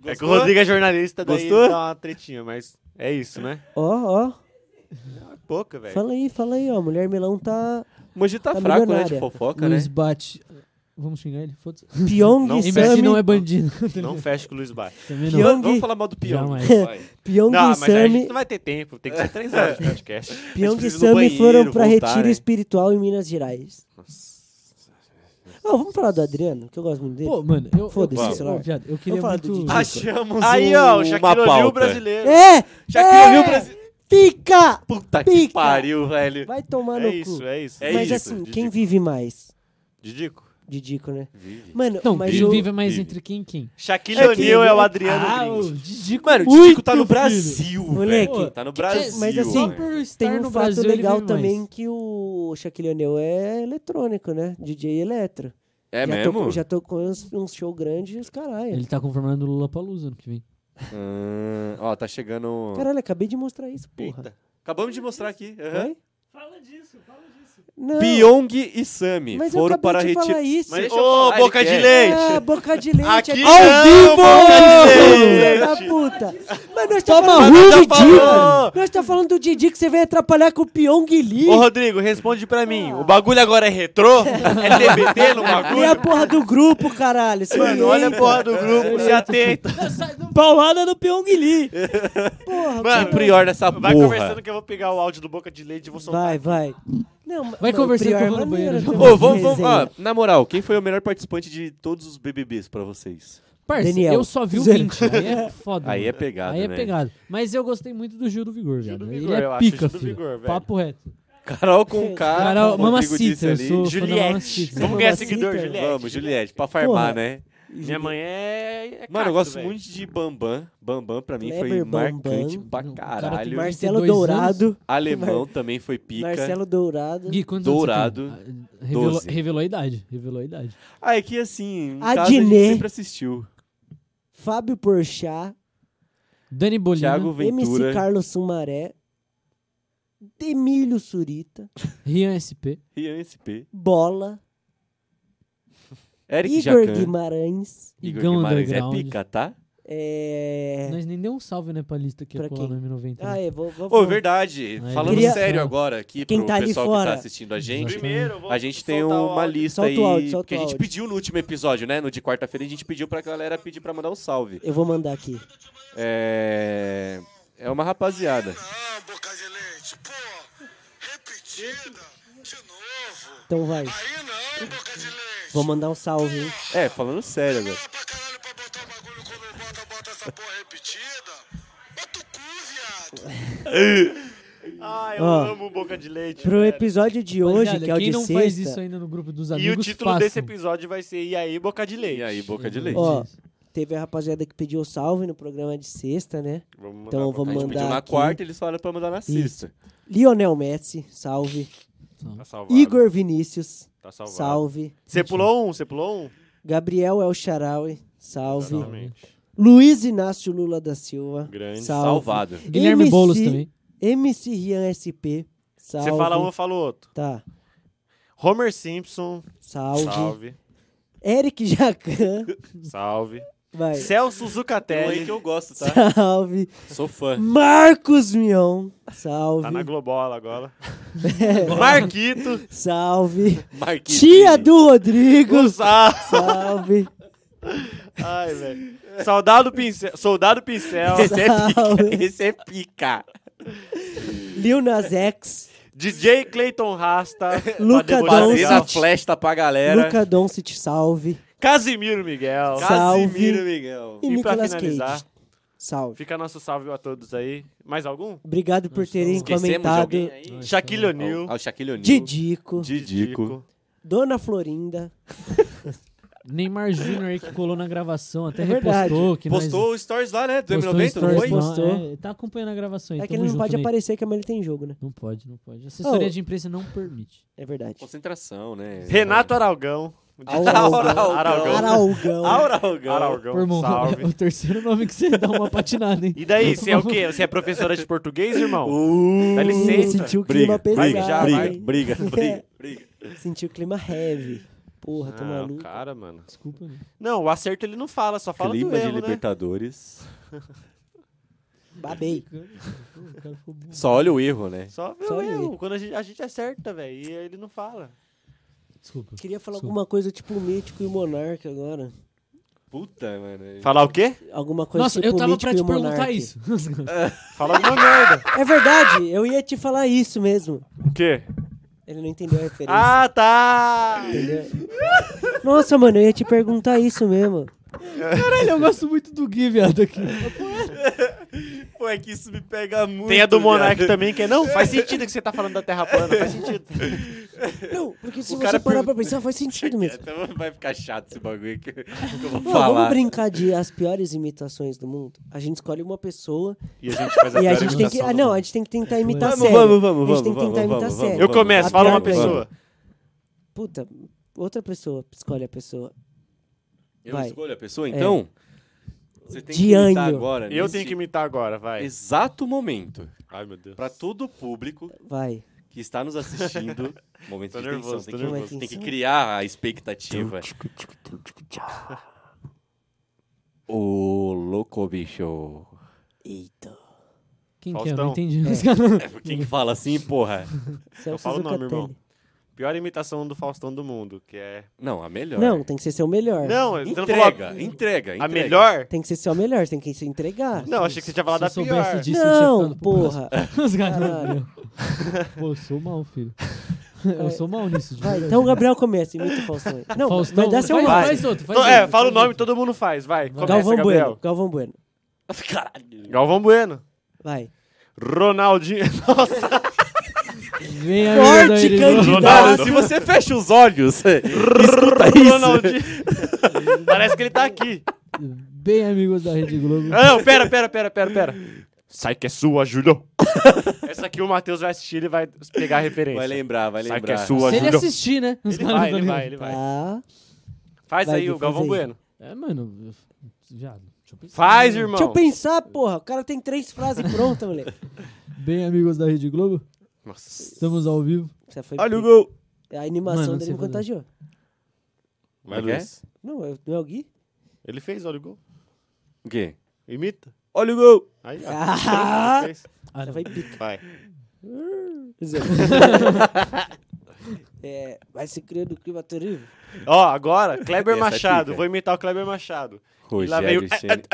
S4: É que o Rodrigo é jornalista, daí
S2: Gostou?
S4: ele dá uma tretinha, mas é isso, né?
S1: Ó, ó.
S4: Pouca, velho.
S1: Fala aí, fala aí, ó. Mulher melão tá...
S2: Mogi tá,
S1: Tá
S2: fraco, né, de
S1: milionária.
S2: fofoca,
S3: Luiz
S4: é.
S2: né?
S3: bate. Vamos xingar ele? Foda-se.
S1: Pyong
S4: Não,
S3: Imbecil não
S1: Sami...
S3: é bandido.
S4: Não fecha com o Luiz Bate.
S3: Também
S1: Pior-
S3: não.
S1: Pyong-
S2: Vamos falar mal do peão.
S3: Jamais.
S2: vai.
S1: Pyong
S4: Não, mas aí a
S1: Sami...
S4: gente não vai ter tempo. Tem que ser três horas de podcast.
S1: Pyong
S2: precisa
S1: e
S2: ir
S1: Sami
S2: no banheiro,
S1: foram pra
S2: voltar,
S1: retiro
S2: né?
S1: espiritual em Minas Gerais. Ó, vamos falar do Adriano, que eu gosto muito dele.
S3: Pô, mano, eu.
S1: Foda-se,
S3: eu,
S1: celular.
S3: ô, viado, eu
S1: Vamos
S3: queria
S1: falar do
S3: muito.
S1: Didi.
S2: Achamos
S4: Aí, ó, o
S2: uma
S4: Shaquille O'Neal
S2: pauta.
S4: brasileiro.
S1: É!
S2: Shaquille
S1: é,
S2: O'Neal brasileiro.
S1: Pica!
S2: Puta que
S1: Pica.
S2: pariu, velho.
S1: Vai tomar
S4: É
S1: no
S4: isso,
S1: cu.
S4: é isso.
S2: É
S1: mas
S2: isso,
S1: assim,
S4: Didico.
S1: quem vive mais?
S4: Didico.
S1: Didico, né?
S2: Vive.
S1: Mano,
S4: Ah,
S3: Então,
S1: mas
S3: quem
S1: o...
S3: vive mais
S2: Vive.
S3: entre quem e quem?
S4: Shaquille
S1: Shaquille
S4: O'Neal é o
S1: O'Neal.
S4: Adriano
S3: ah,
S4: Gringo.
S3: o Didico.
S2: Mano, o
S3: muito,
S2: Didico tá no
S3: filho.
S2: Brasil,
S1: Moleque,
S2: velho. Tá no
S3: que que é-
S2: Brasil.
S1: mas assim,
S3: Só
S2: velho.
S3: por estar
S1: Tem um
S3: tá no
S1: fato
S3: Brasil, ele
S1: legal
S3: vive
S1: também
S3: mais.
S1: que o Shaquille O'Neal é eletrônico, né? DJ eletro.
S2: É
S1: já
S2: mesmo?
S1: Tô, já tocou em uns, uns show grande e os caralho.
S3: Ele tá conformando o Lula Palusa ano que vem.
S2: Hum, ó, tá chegando.
S1: Caralho, acabei de mostrar isso, porra.
S4: Eita.
S2: Acabamos de mostrar aqui. aham.
S1: Oi? Fala disso, fala disso.
S2: Pyong e Sami
S1: Mas eu
S2: foram
S1: acabei
S2: para
S1: de falar
S2: retirar.
S1: isso.
S2: Mas- Deixa eu
S4: Ô,
S2: falar,
S4: boca
S2: ele
S4: de
S2: quer.
S1: Ah,
S4: leite!
S1: boca de leite é
S4: Aqui
S1: Ao
S4: não,
S1: vivo!
S4: boca de leite!
S1: Filho da puta! Mas nós tá falando
S4: ruim,
S1: do
S4: Didi,
S1: Didi,
S4: mano.
S1: mano. Nós tá falando do Didi que você veio atrapalhar com o Pyong Lee.
S4: Ô, Rodrigo, responde pra mim. O bagulho agora é retrô? É TBT no
S1: Lê a
S4: bagulho?
S1: porra do grupo, caralho. Se
S4: Mano, olha a
S1: orienta.
S4: porra do grupo, se atenta.
S1: Paulada do Pyong Lee. Porra,
S4: Mano,
S1: que-
S2: Prior dessa
S4: Vai
S2: porra.
S4: conversando que eu vou pegar o áudio do Boca de Leite e vou soltar.
S1: Vai, vai. Não,
S3: Vai
S1: mano,
S3: conversando
S1: Prior é
S3: que eu vou no
S1: maneiro
S3: banheiro já.
S1: também,
S2: Ô, vamos, vamos.
S1: resenha.
S4: Ah,
S2: ó, na moral, quem foi o melhor participante de todos os BBBs pra vocês?
S3: Parça,
S1: Daniel.
S3: eu só vi o
S1: Zero.
S3: 20. Aí é foda.
S2: Aí
S3: mano.
S2: é pegado,
S3: Aí é
S2: né?
S3: pegado. Mas eu gostei muito do Gil do Vigor,
S4: Gil do
S3: velho.
S4: Vigor,
S3: ele
S4: eu
S3: é
S4: acho,
S3: pica,
S4: Gil do
S3: filho.
S4: Vigor, velho.
S3: Papo reto.
S2: Carol com K.
S3: Cara,
S2: Rodrigo disse
S3: mamacita, eu
S2: ali.
S3: sou fã da
S4: Juliette.
S3: mamacita.
S1: Vamos
S4: Vamos ganhar
S1: vacita,
S4: seguidor,
S1: irmão.
S4: Juliette.
S2: Vamos, Juliette, pra farmar,
S1: Porra.
S2: né?
S4: Minha mãe é. é
S2: Mano, eu
S4: cacto,
S2: gosto
S4: velho.
S2: muito de Bambam. Bambam pra mim foi
S1: Kleber Bambam.
S2: marcante
S3: Não,
S2: pra
S3: o cara
S4: é
S2: caralho.
S3: tem mais-
S1: Marcelo
S3: 32
S1: Dourado.
S2: Alemão também foi pica.
S1: Marcelo Dourado.
S3: Gui, quantos
S2: Dourado,
S3: anos você tem? Ah, Revelou,
S2: 12.
S3: revelou a idade. Revelou a idade.
S2: Ah, é que assim, em
S1: Adnet.
S2: casa a gente sempre assistiu.
S1: Fábio Porchat.
S3: Dani Bolina.
S2: Thiago Ventura.
S1: MC Carlos Sumaré. Demílio Surita.
S3: Rian SP.
S2: Rian SP.
S1: Bola.
S2: Eric
S1: Igor
S2: Jacan.
S1: Guimarães.
S2: Igor
S3: Igão
S2: Guimarães é
S3: Underground.
S2: pica, tá?
S1: É...
S3: Nós nem deu um salve, né, pra lista que
S1: Pra
S3: ia colar
S1: quem?
S3: no né? M90.
S1: Ah, é, vou, vou,
S2: Ô,
S1: vou.
S2: verdade.
S3: Aí.
S2: Falando
S1: Queria-
S2: sério agora aqui
S1: Quem
S2: pro
S1: tá ali
S2: pessoal que
S1: fora.
S2: tá assistindo a gente.
S3: Exatamente.
S4: Primeiro, eu vou
S2: A gente tem
S4: soltar o
S2: uma
S4: áudio.
S2: lista
S1: Solta o
S2: aí
S1: áudio, solta
S2: que a
S1: o
S2: gente
S1: áudio.
S2: pediu no último episódio, né? No de quarta-feira a gente pediu pra galera pedir pra mandar um salve.
S1: Eu vou mandar aqui.
S2: É. É uma rapaziada.
S5: Não, boca de leite, pô. Repetida, de novo.
S1: Então vai.
S5: Aí não, boca de leite.
S1: Vou mandar um salve, hein?
S2: É, falando sério agora.
S5: Demora pra caralho pra botar o bagulho quando eu bota, bota essa porra repetida. Bota o cu, viado.
S4: Ah, eu
S1: Ó.
S4: amo Boca de Leite.
S1: Pro
S4: velho.
S1: episódio de hoje,
S3: Rapaziada,
S1: que é o
S3: quem
S1: de
S3: não
S1: sexta...
S3: faz isso ainda no grupo dos
S4: E
S3: amigos,
S4: o título
S3: façam.
S4: desse episódio vai ser E aí, Boca de Leite.
S2: E aí, boca é de leite.
S1: Ó, Teve a rapaziada que pediu salve no programa de sexta, né?
S4: Vamos
S1: Então
S4: mandar
S2: a
S1: vamos
S2: gente
S1: mandar
S2: pediu na
S1: aqui.
S2: quarta, eles falaram pra mandar na sexta.
S1: Lionel Messi, salve.
S4: Tá salvado.
S1: Igor Vinícius,
S4: Tá salvado.
S1: salve.
S4: Você pulou um? Você pulou um?
S1: Gabriel El Charaui, salve.
S4: Exatamente.
S1: Luiz Inácio Lula da Silva,
S4: Grande.
S1: salve.
S2: Salvado.
S3: Guilherme
S1: MC,
S3: Boulos também.
S1: MC Rian SP, salve.
S4: Você fala um, eu falo outro.
S1: Tá,
S4: Homer Simpson.
S1: salve.
S4: Salve.
S1: Eric Jacan,
S4: Salve.
S1: vai,
S4: Celso
S2: Tem um aí
S4: Zucatelli.
S2: que eu gosto, tá?
S1: salve.
S2: Sou fã.
S1: Marcos Mion, salve.
S4: Tá na Globola agora. Marquito.
S1: Salve.
S2: Marquinhos.
S1: Tia do Rodrigo,
S4: Gonçalo.
S1: salve.
S4: Ai, velho. Soldado Pincel. Soldado Pincel.
S2: Esse é
S1: Salve.
S2: pica. Esse é pica.
S1: Lil Nas X,
S2: é-
S4: DJ Clayton Rasta. assim,
S1: Luca
S4: pra debochar
S1: Doncic.
S2: Fazendo
S4: geral.
S2: a flesta pra galera.
S1: Luca Doncic, salve.
S4: Casimiro Miguel.
S1: Ca- Salve.
S2: Casimiro Miguel.
S1: E,
S4: E pra
S1: Nicolas
S4: finalizar,
S1: Cage, salve.
S4: Fica nosso salve a todos aí. Mais algum?
S1: Obrigado por
S3: Nós
S1: terem
S3: estamos-
S1: comentado.
S2: aí?
S4: Shaquille O'Neal.
S2: Ao Shaquille O'Neal.
S1: Didico,
S2: Didico.
S1: Dona Florinda,
S3: Neymar Jr. aí que colou na gravação, até
S1: É verdade.
S3: repostou. Que
S2: Postou
S3: nós,
S2: o stories lá, né? Do
S3: postou
S2: M90, não
S3: stories
S2: foi?
S1: no-
S3: lá,
S1: Postou.
S3: é, tá acompanhando a gravação aí.
S1: É que
S3: tamo
S1: ele não
S3: junto, né?
S1: pode
S3: Ney.
S1: aparecer que amanhã ele tem jogo, né?
S3: Não pode, não pode. Assessoria
S1: Ô.
S3: de imprensa não permite.
S1: É verdade.
S2: Concentração, né?
S4: Renato Aralgão.
S2: Aralgão.
S4: Aralgão.
S1: Aralgão.
S4: Ah,
S2: Auralgão.
S4: Aralgão,
S3: Pô, irmão,
S4: salve.
S3: é o terceiro nome que você dá uma patinada, hein?
S4: E daí, você é o quê? Você é professora de português, irmão? Ah,
S2: Uh,
S4: Dá licença.
S1: Sentiu o clima
S2: briga,
S1: pesado.
S2: briga,
S4: já
S2: briga,
S1: hein?
S2: briga, briga,
S1: É.
S2: briga.
S1: Sentiu o clima heavy. Porra,
S2: tá
S1: tô
S4: Ah, o
S1: maluco.
S4: cara, mano.
S3: Desculpa, né?
S4: Não, o acerto ele não fala, só fala
S2: Clima
S4: do
S2: de
S4: erro, né?
S2: Libertadores.
S1: Babei.
S3: Pô, o cara ficou bom.
S2: Só olha o erro, né?
S4: Só
S1: Só
S4: meu
S1: ele.
S4: erro. Quando a gente, a gente acerta, velho, e ele não fala.
S3: Desculpa.
S1: Queria falar
S3: Desculpa.
S1: alguma coisa tipo o Mítico e o Monarca agora.
S2: Puta, mano.
S4: Falar o quê?
S1: Alguma coisa
S3: Nossa,
S1: tipo
S3: eu tava
S1: Mítico
S3: pra
S1: e
S3: te
S1: o
S3: perguntar
S1: Monarca.
S3: isso.
S4: Fala alguma merda.
S1: É verdade, eu ia te falar isso mesmo.
S4: O quê?
S1: Ele não entendeu a referência.
S4: Ah, tá!
S1: Entendeu? Nossa, mano, eu ia te perguntar isso mesmo.
S3: Caralho, eu gosto muito do Gui, viado, aqui.
S2: Pô, é que isso me pega muito. tá
S4: Tem a do Monark também, que é. Não, faz sentido que você tá falando da Terra plana, faz sentido.
S1: Não, porque se
S2: O
S1: você
S2: cara
S1: parar
S2: pergunta-
S1: pra pensar, faz sentido mesmo.
S2: Então vai ficar chato esse bagulho que que eu vou
S1: Não, vamos
S2: falar.
S1: brincar de as piores imitações do mundo. A gente escolhe uma pessoa
S4: E a gente faz
S1: e a
S4: pior
S1: gente tem que.
S4: imitação
S1: Ah,
S4: do
S1: não,
S4: mundo.
S1: a gente tem que tentar imitar
S2: Vamos,
S1: sério.
S2: vamos, vamos,
S1: A gente tem que
S2: vamos,
S1: tentar
S2: vamos,
S1: imitar
S2: vamos,
S1: sério.
S4: Eu começo,
S1: A
S4: fala uma
S1: piada é-
S4: pessoa.
S1: Puta, outra pessoa escolhe a pessoa.
S2: Eu
S1: Vai. É.
S2: escolho a pessoa, então? Você tem que
S1: Diânio.
S2: imitar agora.
S4: Eu
S2: nesse
S4: tenho que imitar agora, vai.
S2: Exato momento.
S4: Ai, meu Deus.
S2: Pra todo o público
S1: Vai.
S2: que está nos assistindo. Momento
S4: Tô
S2: de
S4: nervoso,
S2: tensão.
S4: tô
S2: tem,
S1: nervoso.
S2: que, tem que criar a expectativa. Ô, louco, bicho.
S1: Eita.
S3: Quem que é?
S4: Faustão.
S3: Não entendi.
S2: É por quem que fala assim, porra?
S1: Celso
S4: falo o nome,
S1: Zucatelli.
S4: irmão. Pior imitação do Faustão do mundo, que é.
S2: Não, a melhor.
S1: Não, tem que ser seu melhor.
S4: Não, você não falou
S2: Entrega, entrega,
S4: a, a
S2: entrega.
S4: melhor?
S1: Tem que ser seu melhor, tem que se entregar.
S4: Não, achei que você tinha falado da
S3: Se eu soubesse
S4: pior.
S3: disso, eu tinha
S1: Não,
S3: ficado pro
S1: porra.
S3: próximo. Os caras,
S1: Caralho.
S3: meu. Pô, eu sou mal, filho. Eu sou mal nisso. de
S1: Vai,
S3: verdade.
S1: então o Gabriel começa, imita o Faustão. aí. Não,
S3: Faustão,
S1: mas dá seu
S3: faz,
S1: nome.
S3: faz outro, faz
S4: Então,
S3: outro.
S4: é, fala o
S3: faz
S4: nome,
S3: outro.
S4: todo mundo faz, vai. Começa,
S1: Galvão
S4: Gabriel.
S1: Bueno, Galvão Bueno.
S2: Caralho.
S4: Galvão Bueno.
S1: Vai.
S4: Ronaldinho.
S3: Vem a
S1: Forte
S3: merda aí, ele-
S1: candidato.
S2: Cara, se você fecha os olhos, escuta isso.
S4: Ronaldinho. Parece que ele tá aqui.
S3: Bem amigos da Rede Globo.
S4: Ah, não, pera, pera, pera, pera, pera. Sai que é sua, Júlio. Essa aqui o Matheus vai assistir e vai pegar a referência.
S2: Vai lembrar, vai
S4: Sai que
S2: lembrar.
S4: é sua,
S3: Se ele
S4: Júlio.
S3: assistir, né? Os
S4: Ele
S3: caras
S4: vai,
S3: tá
S4: ele vai,
S3: ligado?
S4: ele vai.
S1: Tá.
S4: Faz
S1: Vai,
S4: aí
S1: Gui,
S4: o Galvão
S1: faz aí.
S4: Bueno.
S3: É, mano. eu- Viado. deixa eu pensar.
S4: Faz, irmão.
S1: Deixa eu pensar, porra. O cara tem três frases prontas, moleque.
S3: Bem amigos da Rede Globo.
S4: Nossa.
S3: Estamos ao vivo.
S1: Você foi
S2: Olha o gol.
S1: A animação
S3: Mano,
S1: dele me
S3: você vai
S1: contagiou.
S4: Vai,
S2: Como é que é?
S4: Luiz.
S1: Não, é- não é o Gui?
S4: Ele fez, olha o gol.
S2: O quê?
S4: Imita.
S2: Olha o gol.
S4: Aí, ó.
S1: Ah!
S4: Ele fez.
S3: Ah,
S1: Você
S3: não.
S1: vai pica.
S4: Vai.
S1: É, vai se criando clima terrível.
S4: Ó, agora, Kleber
S2: Essa
S4: Machado.
S2: pica.
S4: Vou imitar o Kleber Machado. E lá
S2: Rogério
S4: veio.
S2: Ceni.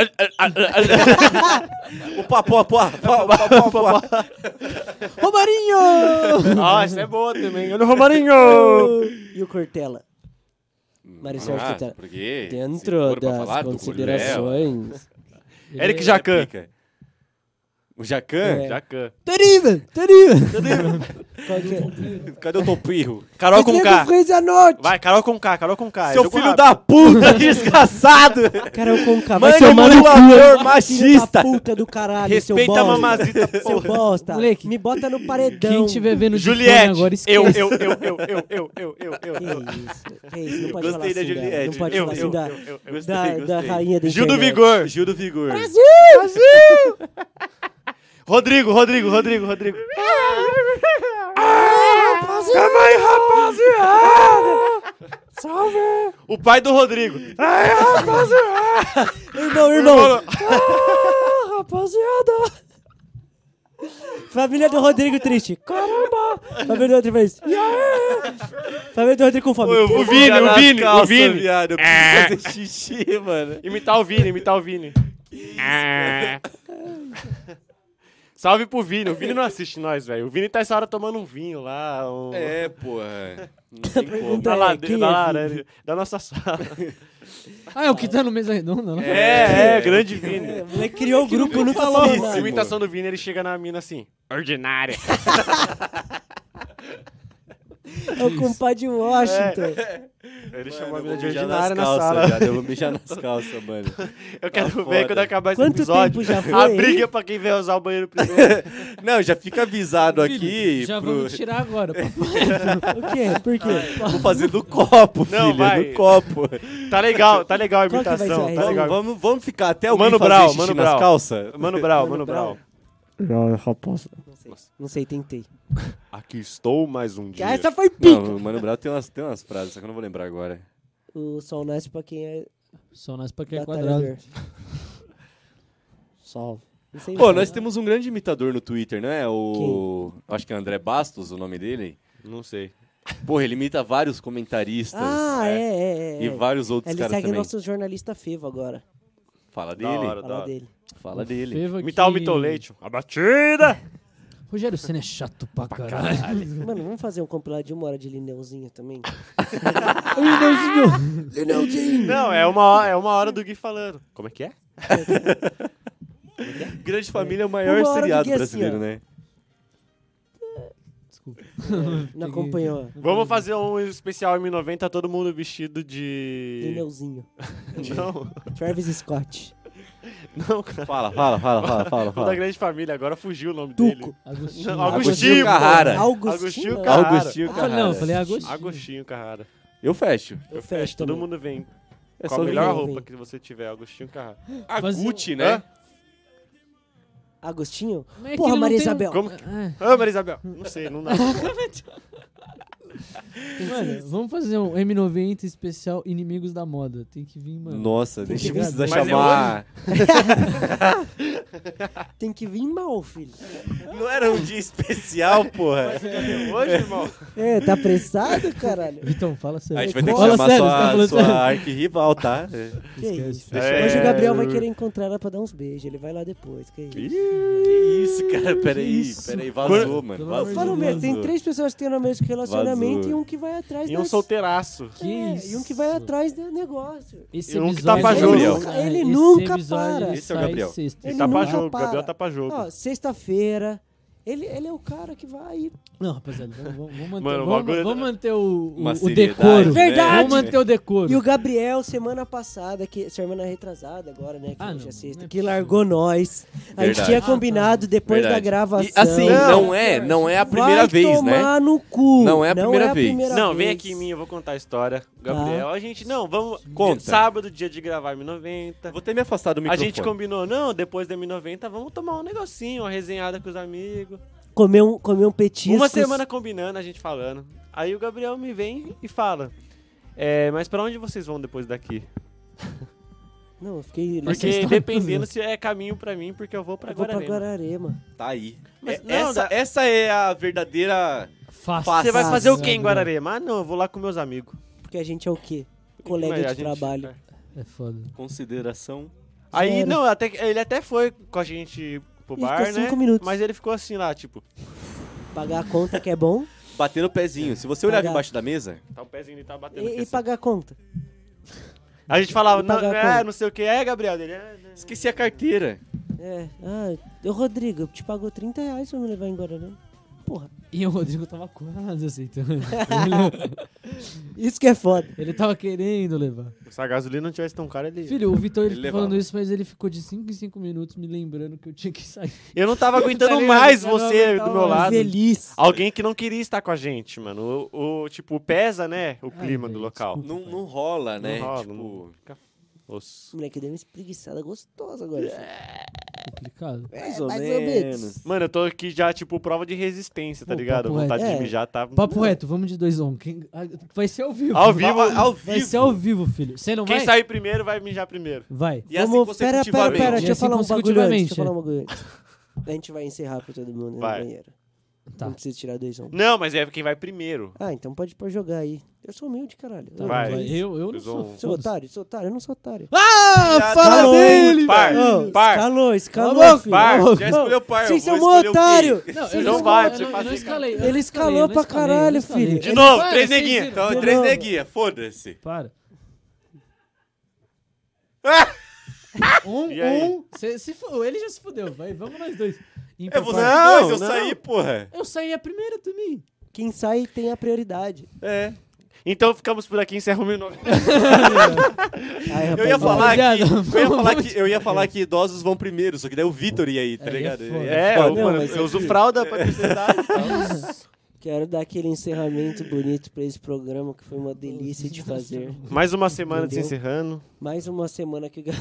S4: Opa, pô, pô, pô, pô, pô.
S1: Romarinho!
S4: Ó, essa é boa também. Olha o Romarinho.
S1: e o Cortella? Maricel
S2: Ah,
S1: Arquitela.
S2: porque se
S1: Dentro
S2: for pra falar
S1: das
S2: do Gurgel,
S1: considerações.
S4: Eric
S2: é
S4: Jacan.
S2: pica. O Jacan?
S1: É.
S4: Jacan.
S3: Terrível! Terrível!
S1: Qual que é?
S2: Cadê o Topirro?
S4: Carol com K.
S1: Fez a noite!
S4: Vai, Carol com K, Carol com K. É
S2: Seu filho da puta, desgraçado!
S1: Cara, eu com K. Vai
S2: Mano,
S4: é um
S1: ser uma
S2: manipulador
S1: machista.
S2: machista!
S1: puta do caralho, seu
S4: Respeita
S1: bosta.
S4: a mamazita,
S1: Seu
S4: porra.
S1: bosta.
S3: Moleque.
S1: Me bota no paredão.
S3: Quem estiver vendo de
S4: Juliette.
S3: fone agora,
S4: eu,
S3: esquece.
S4: eu, eu, eu, eu, eu, eu, eu, eu,
S1: Que
S4: eu.
S1: isso? Que isso? Não
S2: Eu
S1: pode falar
S2: gostei da
S1: assim dela.
S2: Juliette.
S1: Não pode
S4: Eu,
S1: falar assim
S4: eu,
S1: da,
S4: eu, eu, eu.
S2: Gostei,
S1: da,
S2: gostei.
S1: da rainha da
S4: Gil do
S1: internet.
S4: Vigor.
S2: Gil do Vigor.
S4: Rodrigo, Rodrigo, Rodrigo, Rodrigo.
S1: Ah,
S2: Calma aí, rapaziada!
S4: O pai do Rodrigo.
S1: Irmão, irmão. Ah, rapaziada. Família do Rodrigo triste. Caramba. Família do Rodrigo feliz. Yeah. Família do Rodrigo com fome.
S4: O, o Vini, o Vini, o Vini. É.
S2: Viado, eu preciso fazer xixi, mano.
S4: Imitar o Vini, imitar o Vini. Ah. Salve pro Vini. O Vini não assiste nós, velho. O Vini tá essa hora tomando um vinho lá. Um...
S2: É, porra. Não
S4: Tá
S2: tem como.
S1: Pergunta-
S4: Da, lade-
S1: Quem é
S4: da,
S1: Vini?
S4: laranja- da nossa sala.
S3: Ah, é o que tá no mesa redonda, não?
S4: É, é, grande Vini.
S1: O moleque criou o grupo, não tá falando
S4: Isso,
S1: nada.
S4: imitação do Vini, ele chega na mina assim, ordinária.
S1: É o compadre Washington.
S2: É. Mano,
S4: Ele chamou a
S2: eu
S4: mina
S2: vou
S4: de
S2: mijar
S4: ordinária na
S2: nas calças,
S4: sala.
S2: viado, Eu vou mijar nas calças, mano.
S4: Eu quero ver
S2: foda.
S4: quando acabar esse
S1: Quanto
S4: episódio.
S1: tempo já
S4: A
S1: foi?
S4: briga é pra quem vai usar o banheiro primeiro.
S2: Não, já fica avisado aqui.
S3: Filho, já
S2: pro...
S3: vamos tirar agora. papai.
S1: O quê? Por quê?
S2: Vou fazer no copo,
S4: Não,
S2: filho,
S4: vai.
S2: no copo.
S4: tá legal, tá legal a
S1: Qual que vai ser a
S4: imitação. Tá
S1: reação?
S4: legal.
S2: Vamos, vamos ficar até alguém
S4: Mano
S2: fazer
S4: Brown,
S2: xixi
S4: Mano
S2: nas
S4: Brown.
S2: calças?
S4: Mano Brau,
S1: Mano
S4: Mano
S1: Brown.
S4: Brau.
S1: Não sei, não sei tentei.
S4: Aqui estou mais um dia.
S1: Essa foi pica.
S2: Não, o Mano Brown tem umas, tem umas frases, só que eu não vou lembrar agora.
S1: O sol nasce pra quem é
S3: Só nós pra quem é
S1: batalhador.
S3: quadrado.
S1: Sol. Não sei
S2: Pô,
S1: mais.
S2: nós temos um grande imitador no Twitter, não é? O. Acho que é André Bastos, o nome dele.
S4: Não sei.
S2: Porra, ele imita vários comentaristas.
S1: Ah, é, é, é.
S2: E vários outros
S1: Ele
S2: caras
S1: segue
S2: também.
S1: nosso jornalista Fevo agora.
S2: Fala
S4: Da hora.
S2: dele.
S1: Falar
S4: hora.
S1: dele.
S2: Fala dele.
S3: Feva
S4: Imitar o
S3: que-
S4: Mitoleite. A batida!
S3: Rogério Senna é chato pra caralho.
S1: Mano, vamos fazer um compilado de uma hora de Lineuzinho também?
S4: Não, é uma, hora- é uma hora do Gui falando. Como é que é?
S2: Grande Família é o maior
S1: Uma hora do
S2: seriado
S1: que assim,
S2: brasileiro,
S1: ó.
S2: né?
S3: Desculpa.
S4: É,
S1: Não acompanhou.
S4: Vamos fazer um especial M90, todo mundo vestido de.
S1: Lineuzinho.
S4: Não,
S1: Travis Scott.
S4: não, cara.
S2: Fala, fala, fala, fala, fala.
S4: O da
S2: fala.
S4: grande família, agora fugiu o nome
S1: Tuco.
S4: dele.
S3: Agostinho.
S4: Não,
S2: Agostinho
S4: Agostinho
S2: Carrara.
S1: Augustinho.
S4: Agostinho
S1: Carrara.
S4: Carrara.
S2: Augustinho
S1: Ah,
S2: Carrara.
S3: não, eu falei Agostinho.
S4: Agostinho Carrara.
S2: Eu fecho.
S1: Eu fecho
S4: Todo
S1: também.
S4: mundo vem.
S2: É
S4: Com
S2: só
S4: a melhor
S1: vem,
S4: roupa
S1: vem.
S4: que você tiver, Agostinho Carrara.
S2: A
S3: Fazer-
S2: Gucci, né?
S1: Agostinho?
S3: Mas é que
S1: Porra,
S3: ele não
S1: Maria
S3: tem um-
S1: Isabel.
S4: Como que.
S3: Ah,
S4: Ah, Maria Isabel. Não sei, não dá.
S3: Mano, vamos fazer um M90 especial Inimigos da Moda. Tem que vir, mano.
S2: Nossa, a
S1: Tem
S2: gente
S1: que ver.
S2: precisa
S4: Mas eu
S2: chamar.
S1: Tem que vir mal, filho.
S2: Não era um dia especial, porra.
S4: Hoje, irmão.
S1: É, tá apressado, caralho?
S3: Vitão, fala sério.
S2: A gente vai ter que
S3: Fala
S2: chamar
S3: sério, você tá
S2: sua,
S3: falando
S2: sua
S3: sério.
S2: arquirrival, tá?
S1: Que isso?
S4: Deixa eu-
S1: Hoje o Gabriel vai querer encontrar ela pra dar uns beijos. Ele vai lá depois. Que isso?
S2: Que isso, cara? Peraí,
S3: isso?
S2: peraí. Vazou,
S4: Quando-
S2: mano.
S3: Pelo amor
S2: Vazou.
S3: de
S1: Fala um
S3: Deus.
S1: mesmo, tem três pessoas que têm no mesmo relacionamento
S2: Vazou.
S1: e um que vai atrás
S4: E
S1: das...
S4: um solteiraço.
S3: Que
S1: É,
S3: isso?
S1: e um que vai atrás do negócio.
S3: Esse
S4: E um que
S3: episódio-
S4: tapa
S3: Esse
S4: jogo.
S2: Gabriel.
S3: sai-
S1: Ele
S3: esse
S1: nunca
S3: episódio
S1: para.
S2: Esse é o
S3: sai
S2: Gabriel.
S3: sexta.
S1: Ele
S4: tá pra
S1: nunca
S4: jogo,
S1: para.
S4: Gabriel tá pra jogo.
S1: Ó, sexta-feira. Ele, ele é o cara que vai.
S3: Não, rapaziada, vamos, vamos- vamos manter,
S4: Mano, o
S3: vamos,
S4: bagulho-
S3: vamos manter o, o,
S2: Uma
S3: o
S2: seriedade,
S3: decoro.
S1: né? Verdade!
S3: Vamos manter o decoro.
S1: E o Gabriel, semana passada, que semana retrasada agora, né? Que
S3: Ah,
S1: hoje
S3: não,
S1: é sexta,
S3: não é
S1: que
S3: possível.
S1: largou nós. A gente
S2: Verdade.
S1: tinha
S2: Ah,
S3: tá.
S1: combinado depois da
S2: Verdade.
S1: gravação.
S2: E, assim, não, é, não é a primeira
S1: vai
S2: vez, né?
S1: tomar no cu.
S2: Não é a primeira vez.
S1: primeira
S4: Não, vem
S1: vez. Tá.
S4: aqui em mim, eu vou contar a história. Gabriel, a gente. Não, vamos.
S2: Conta.
S4: Sábado, dia de gravar M90.
S2: Vou ter me afastado do
S4: A
S2: microfone.
S4: gente combinou, não, depois da M90 vamos tomar um negocinho, uma resenhada com os amigos.
S1: Comer um, comer um petisco.
S4: Uma semana combinando, a gente falando. Aí o Gabriel me vem e fala: É, mas pra onde vocês vão depois daqui?
S1: Não, eu fiquei.
S3: Mas
S1: Mas
S3: Essa
S4: Porque
S3: história-
S4: dependendo se é caminho pra mim, porque eu vou pra
S1: eu vou pra
S4: Guararema.
S1: Guararema.
S2: Tá aí.
S4: Mas
S2: É-
S4: não,
S2: essa,
S4: dá-
S2: essa é a verdadeira...
S3: Fácil.
S4: Você vai
S1: Fácil.
S4: fazer o quê em Guararema? Ah, não, eu vou lá com meus amigos.
S1: Porque a gente é o quê? Colega
S4: Mas a
S1: de
S4: gente-
S1: trabalho.
S3: É foda.
S2: Consideração.
S4: Aí,
S1: Sério.
S4: não, até, que- ele até foi com a gente pro
S1: Ele
S4: bar,
S1: ficou
S4: né?
S1: cinco minutos.
S4: Mas ele ficou assim lá, tipo,
S1: Pagar a conta que é bom
S2: Bater o pezinho. Se você olhar
S1: Pagar.
S2: embaixo da mesa...
S4: tá o pezinho ele tá batendo. aqui
S1: e, e
S4: assim.
S1: pagar a conta.
S4: A gente falava,
S1: e
S4: não,
S1: pagar a
S4: é,
S1: conta.
S4: não sei o que, é, Gabriel. Ele, é, né?
S2: Esqueci a carteira.
S1: É. Ah, ô Rodrigo, eu te pagou 30 reais pra me levar em Guararema. Porra.
S3: E o Rodrigo tava quase aceitando.
S1: Isso que é foda.
S3: Ele tava querendo levar.
S4: Se a gasolina não tivesse tão cara, ele.
S3: Filho, o Vitor ele
S2: Ele
S3: ficou falando
S2: levava.
S3: isso, mas ele ficou de 5 em 5 minutos me lembrando que eu tinha que sair.
S4: Eu não tava aguentando
S1: tá
S3: ligado?
S4: mais
S3: Eu não
S4: você
S3: aguentava
S4: do meu
S3: mais.
S4: lado.
S1: Feliz.
S4: Alguém que não queria estar com a gente, mano. O, o- tipo, pesa, né? O
S3: Ai,
S4: clima do
S3: velho,
S4: local.
S2: Não, não rola, né?
S4: Não rola,
S2: tipo...
S4: não- Os-
S1: Moleque, deu uma espreguiçada gostosa agora.
S4: É.
S1: filho.
S3: Complicado.
S1: É,
S2: Mais
S4: Mano, eu tô aqui já, tipo, prova de resistência, tá
S3: Pô,
S4: ligado?
S3: papo
S4: Vontade
S1: reto.
S4: de
S1: É.
S4: mijar, tá?
S3: Papo reto, vamos de dois on. Quem- ah, Vai ser ao vivo.
S4: Ao vivo.
S2: Ao, ao
S3: Vai
S2: vivo.
S3: ser ao vivo, filho. Você não
S4: Quem
S3: vai?
S4: sair primeiro vai mijar primeiro.
S3: Vai.
S2: E assim
S1: Vamos, pera, pera,
S2: consecutivamente.
S1: pera,
S3: E
S1: deixa eu
S3: assim
S1: falar um bagulho antes. Deixa
S3: consecutivamente,
S1: eu falar um bagulho antes. A gente vai encerrar pra todo mundo né,
S4: Vai.
S1: no banheiro.
S3: Tá.
S1: Não precisa tirar dois um.
S4: Não, mas é quem vai primeiro.
S1: Ah, então pode pôr jogar aí. Eu sou humilde, caralho.
S3: Tá,
S1: Eu-
S4: Vai.
S3: Eu, eu não
S4: Dois
S3: sou.
S4: on.
S1: Sou
S3: foda-se.
S1: otário, sou otário, eu não sou otário.
S3: Ah,
S2: Fala
S1: Calou,
S2: dele,
S1: hein?
S4: Par,
S1: Ô,
S4: par.
S1: Escalou, escalou,
S3: Cala a boca,
S1: filho.
S4: par.
S1: Ô,
S2: Já escolheu par.
S1: é Vocês
S2: eu
S1: são
S2: vou
S1: um
S2: escolher o quê?
S1: otário.
S3: Não, eu
S4: Ele
S3: não
S4: não vai,
S3: eu
S4: você
S3: não, eu
S4: faz
S3: não
S4: assim,
S3: escalei. eu
S1: Ele escalou
S3: não escalei, eu não
S1: pra
S3: escalei, eu
S1: caralho,
S3: não escalei.
S1: filho.
S4: De novo,
S3: Para,
S4: três
S3: vocês
S4: neguinhos.
S3: viram,
S2: Então,
S3: de
S2: três
S3: novo.
S2: neguinha, foda-se.
S3: Para. um,
S4: E aí?
S3: um. Cê, se fu- ele já se fudeu, vai. Vamos nós dois. Ímpar,
S2: É vocês
S3: par.
S4: Não,
S2: dois, eu
S4: não.
S2: saí, porra.
S3: Eu saí a primeira também.
S1: Quem sai tem a prioridade.
S2: É.
S4: Então ficamos por aqui, encerro meu nome.
S1: Ai,
S2: Eu ia
S1: rapaziada.
S2: falar que.
S3: Rapaziada,
S2: Eu ia falar que, eu ia falar que idosos vão primeiro, só que daí o Vitor ia aí, tá
S3: Aí é
S2: ligado?
S3: foda.
S4: É,
S1: foda.
S4: eu,
S1: Não,
S4: mano,
S1: mas
S4: eu
S1: é
S4: uso
S1: que-
S4: fralda pra terceira idade.
S1: Quero dar aquele encerramento bonito pra esse programa que foi uma delícia de fazer.
S4: Mais uma semana
S1: Entendeu?
S4: desencerrando.
S1: Mais uma semana que o Ga-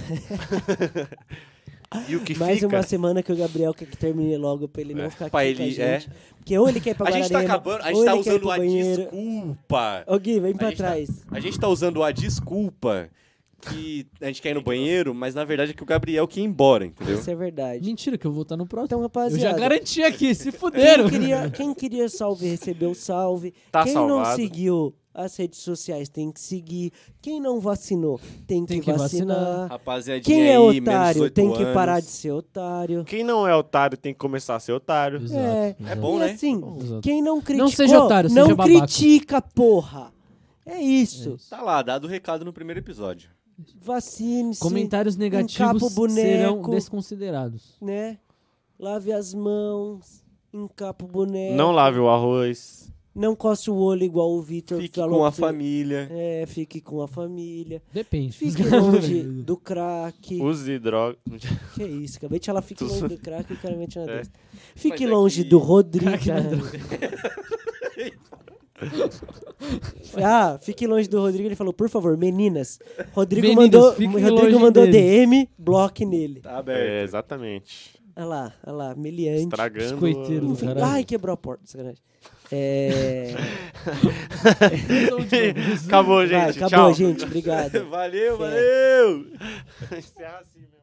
S4: E o que
S1: mais
S4: fica?
S1: uma semana que o Gabriel quer que termine logo pra ele não ficar aqui
S2: Pra
S1: com a
S2: ele, é.
S1: gente. Porque ou ele quer ir pra
S2: A gente tá
S1: Guararema,
S2: acabando, a
S1: ou
S2: gente tá
S1: ele quer ir
S2: usando
S1: pro
S2: a
S1: banheiro.
S2: desculpa.
S1: Ô Gui, vem pra
S2: gente tá-
S1: trás.
S2: A gente tá usando a desculpa que a gente quer ir no banheiro, mas na verdade é que o Gabriel quer ir embora, entendeu?
S1: Isso é verdade.
S3: Mentira, que eu vou estar no próximo.
S1: Então,
S3: eu
S1: rapaziada,
S3: já garanti aqui, se fuderam.
S1: quem, queria, quem queria salve recebeu salve.
S4: Tá
S1: quem não
S4: salvado.
S1: seguiu as redes sociais tem que seguir. Quem não vacinou tem,
S3: Tem
S1: que,
S3: que
S1: vacinar.
S3: vacinar.
S2: Rapaziadinha
S1: Quem é
S2: aí, menos
S1: otário
S2: 18
S1: tem que
S2: anos. Tá
S1: parar de ser otário.
S4: Quem não é otário tem que começar a ser otário.
S3: Exato,
S1: É,
S2: É bom,
S1: e
S2: né?
S1: assim,
S3: Exato.
S1: quem não criticou,
S3: seja otário,
S1: não
S3: seja babaca.
S1: critica, porra. É isso.
S2: Tá lá, dado o recado no primeiro episódio.
S1: Vacine-se,
S3: Comentários negativos
S1: capa o Um boneco.
S3: serão desconsiderados.
S1: né? Lave as mãos, encapa o boneco.
S4: Não lave o arroz.
S1: Não coça o olho igual o Vitor
S2: Fique
S1: falou
S2: com a
S1: pra você.
S2: família.
S1: É, fique com a família.
S3: Depende.
S1: Fique longe do crack.
S4: Use droga.
S1: Que é isso, acabei de falar fique longe do crack e o cara mete na
S4: É.
S1: doce. Fique
S2: Mas é
S1: longe
S2: que- é
S1: do Rodrigo. ah, fique longe do Rodrigo. Ele falou, por favor, meninas. Rodrigo
S3: Meninas,
S1: mandou,
S3: fiquem
S1: Rodrigo
S3: longe
S1: mandou
S3: dele.
S1: DM, bloque nele.
S2: Tá
S4: É,
S2: aberto.
S4: exatamente.
S1: Olha lá, olha lá, meliante.
S4: Estragando.
S3: Biscoiteiro.
S1: Enfim,
S3: Caralho.
S1: ai, quebrou a porta, sacanagem. É...
S4: Acabou,
S1: vai,
S4: gente.
S1: acabou,
S4: Tchau.
S1: gente. Obrigado.
S2: Valeu,
S1: Fé.
S2: valeu!
S4: Encerra assim mesmo.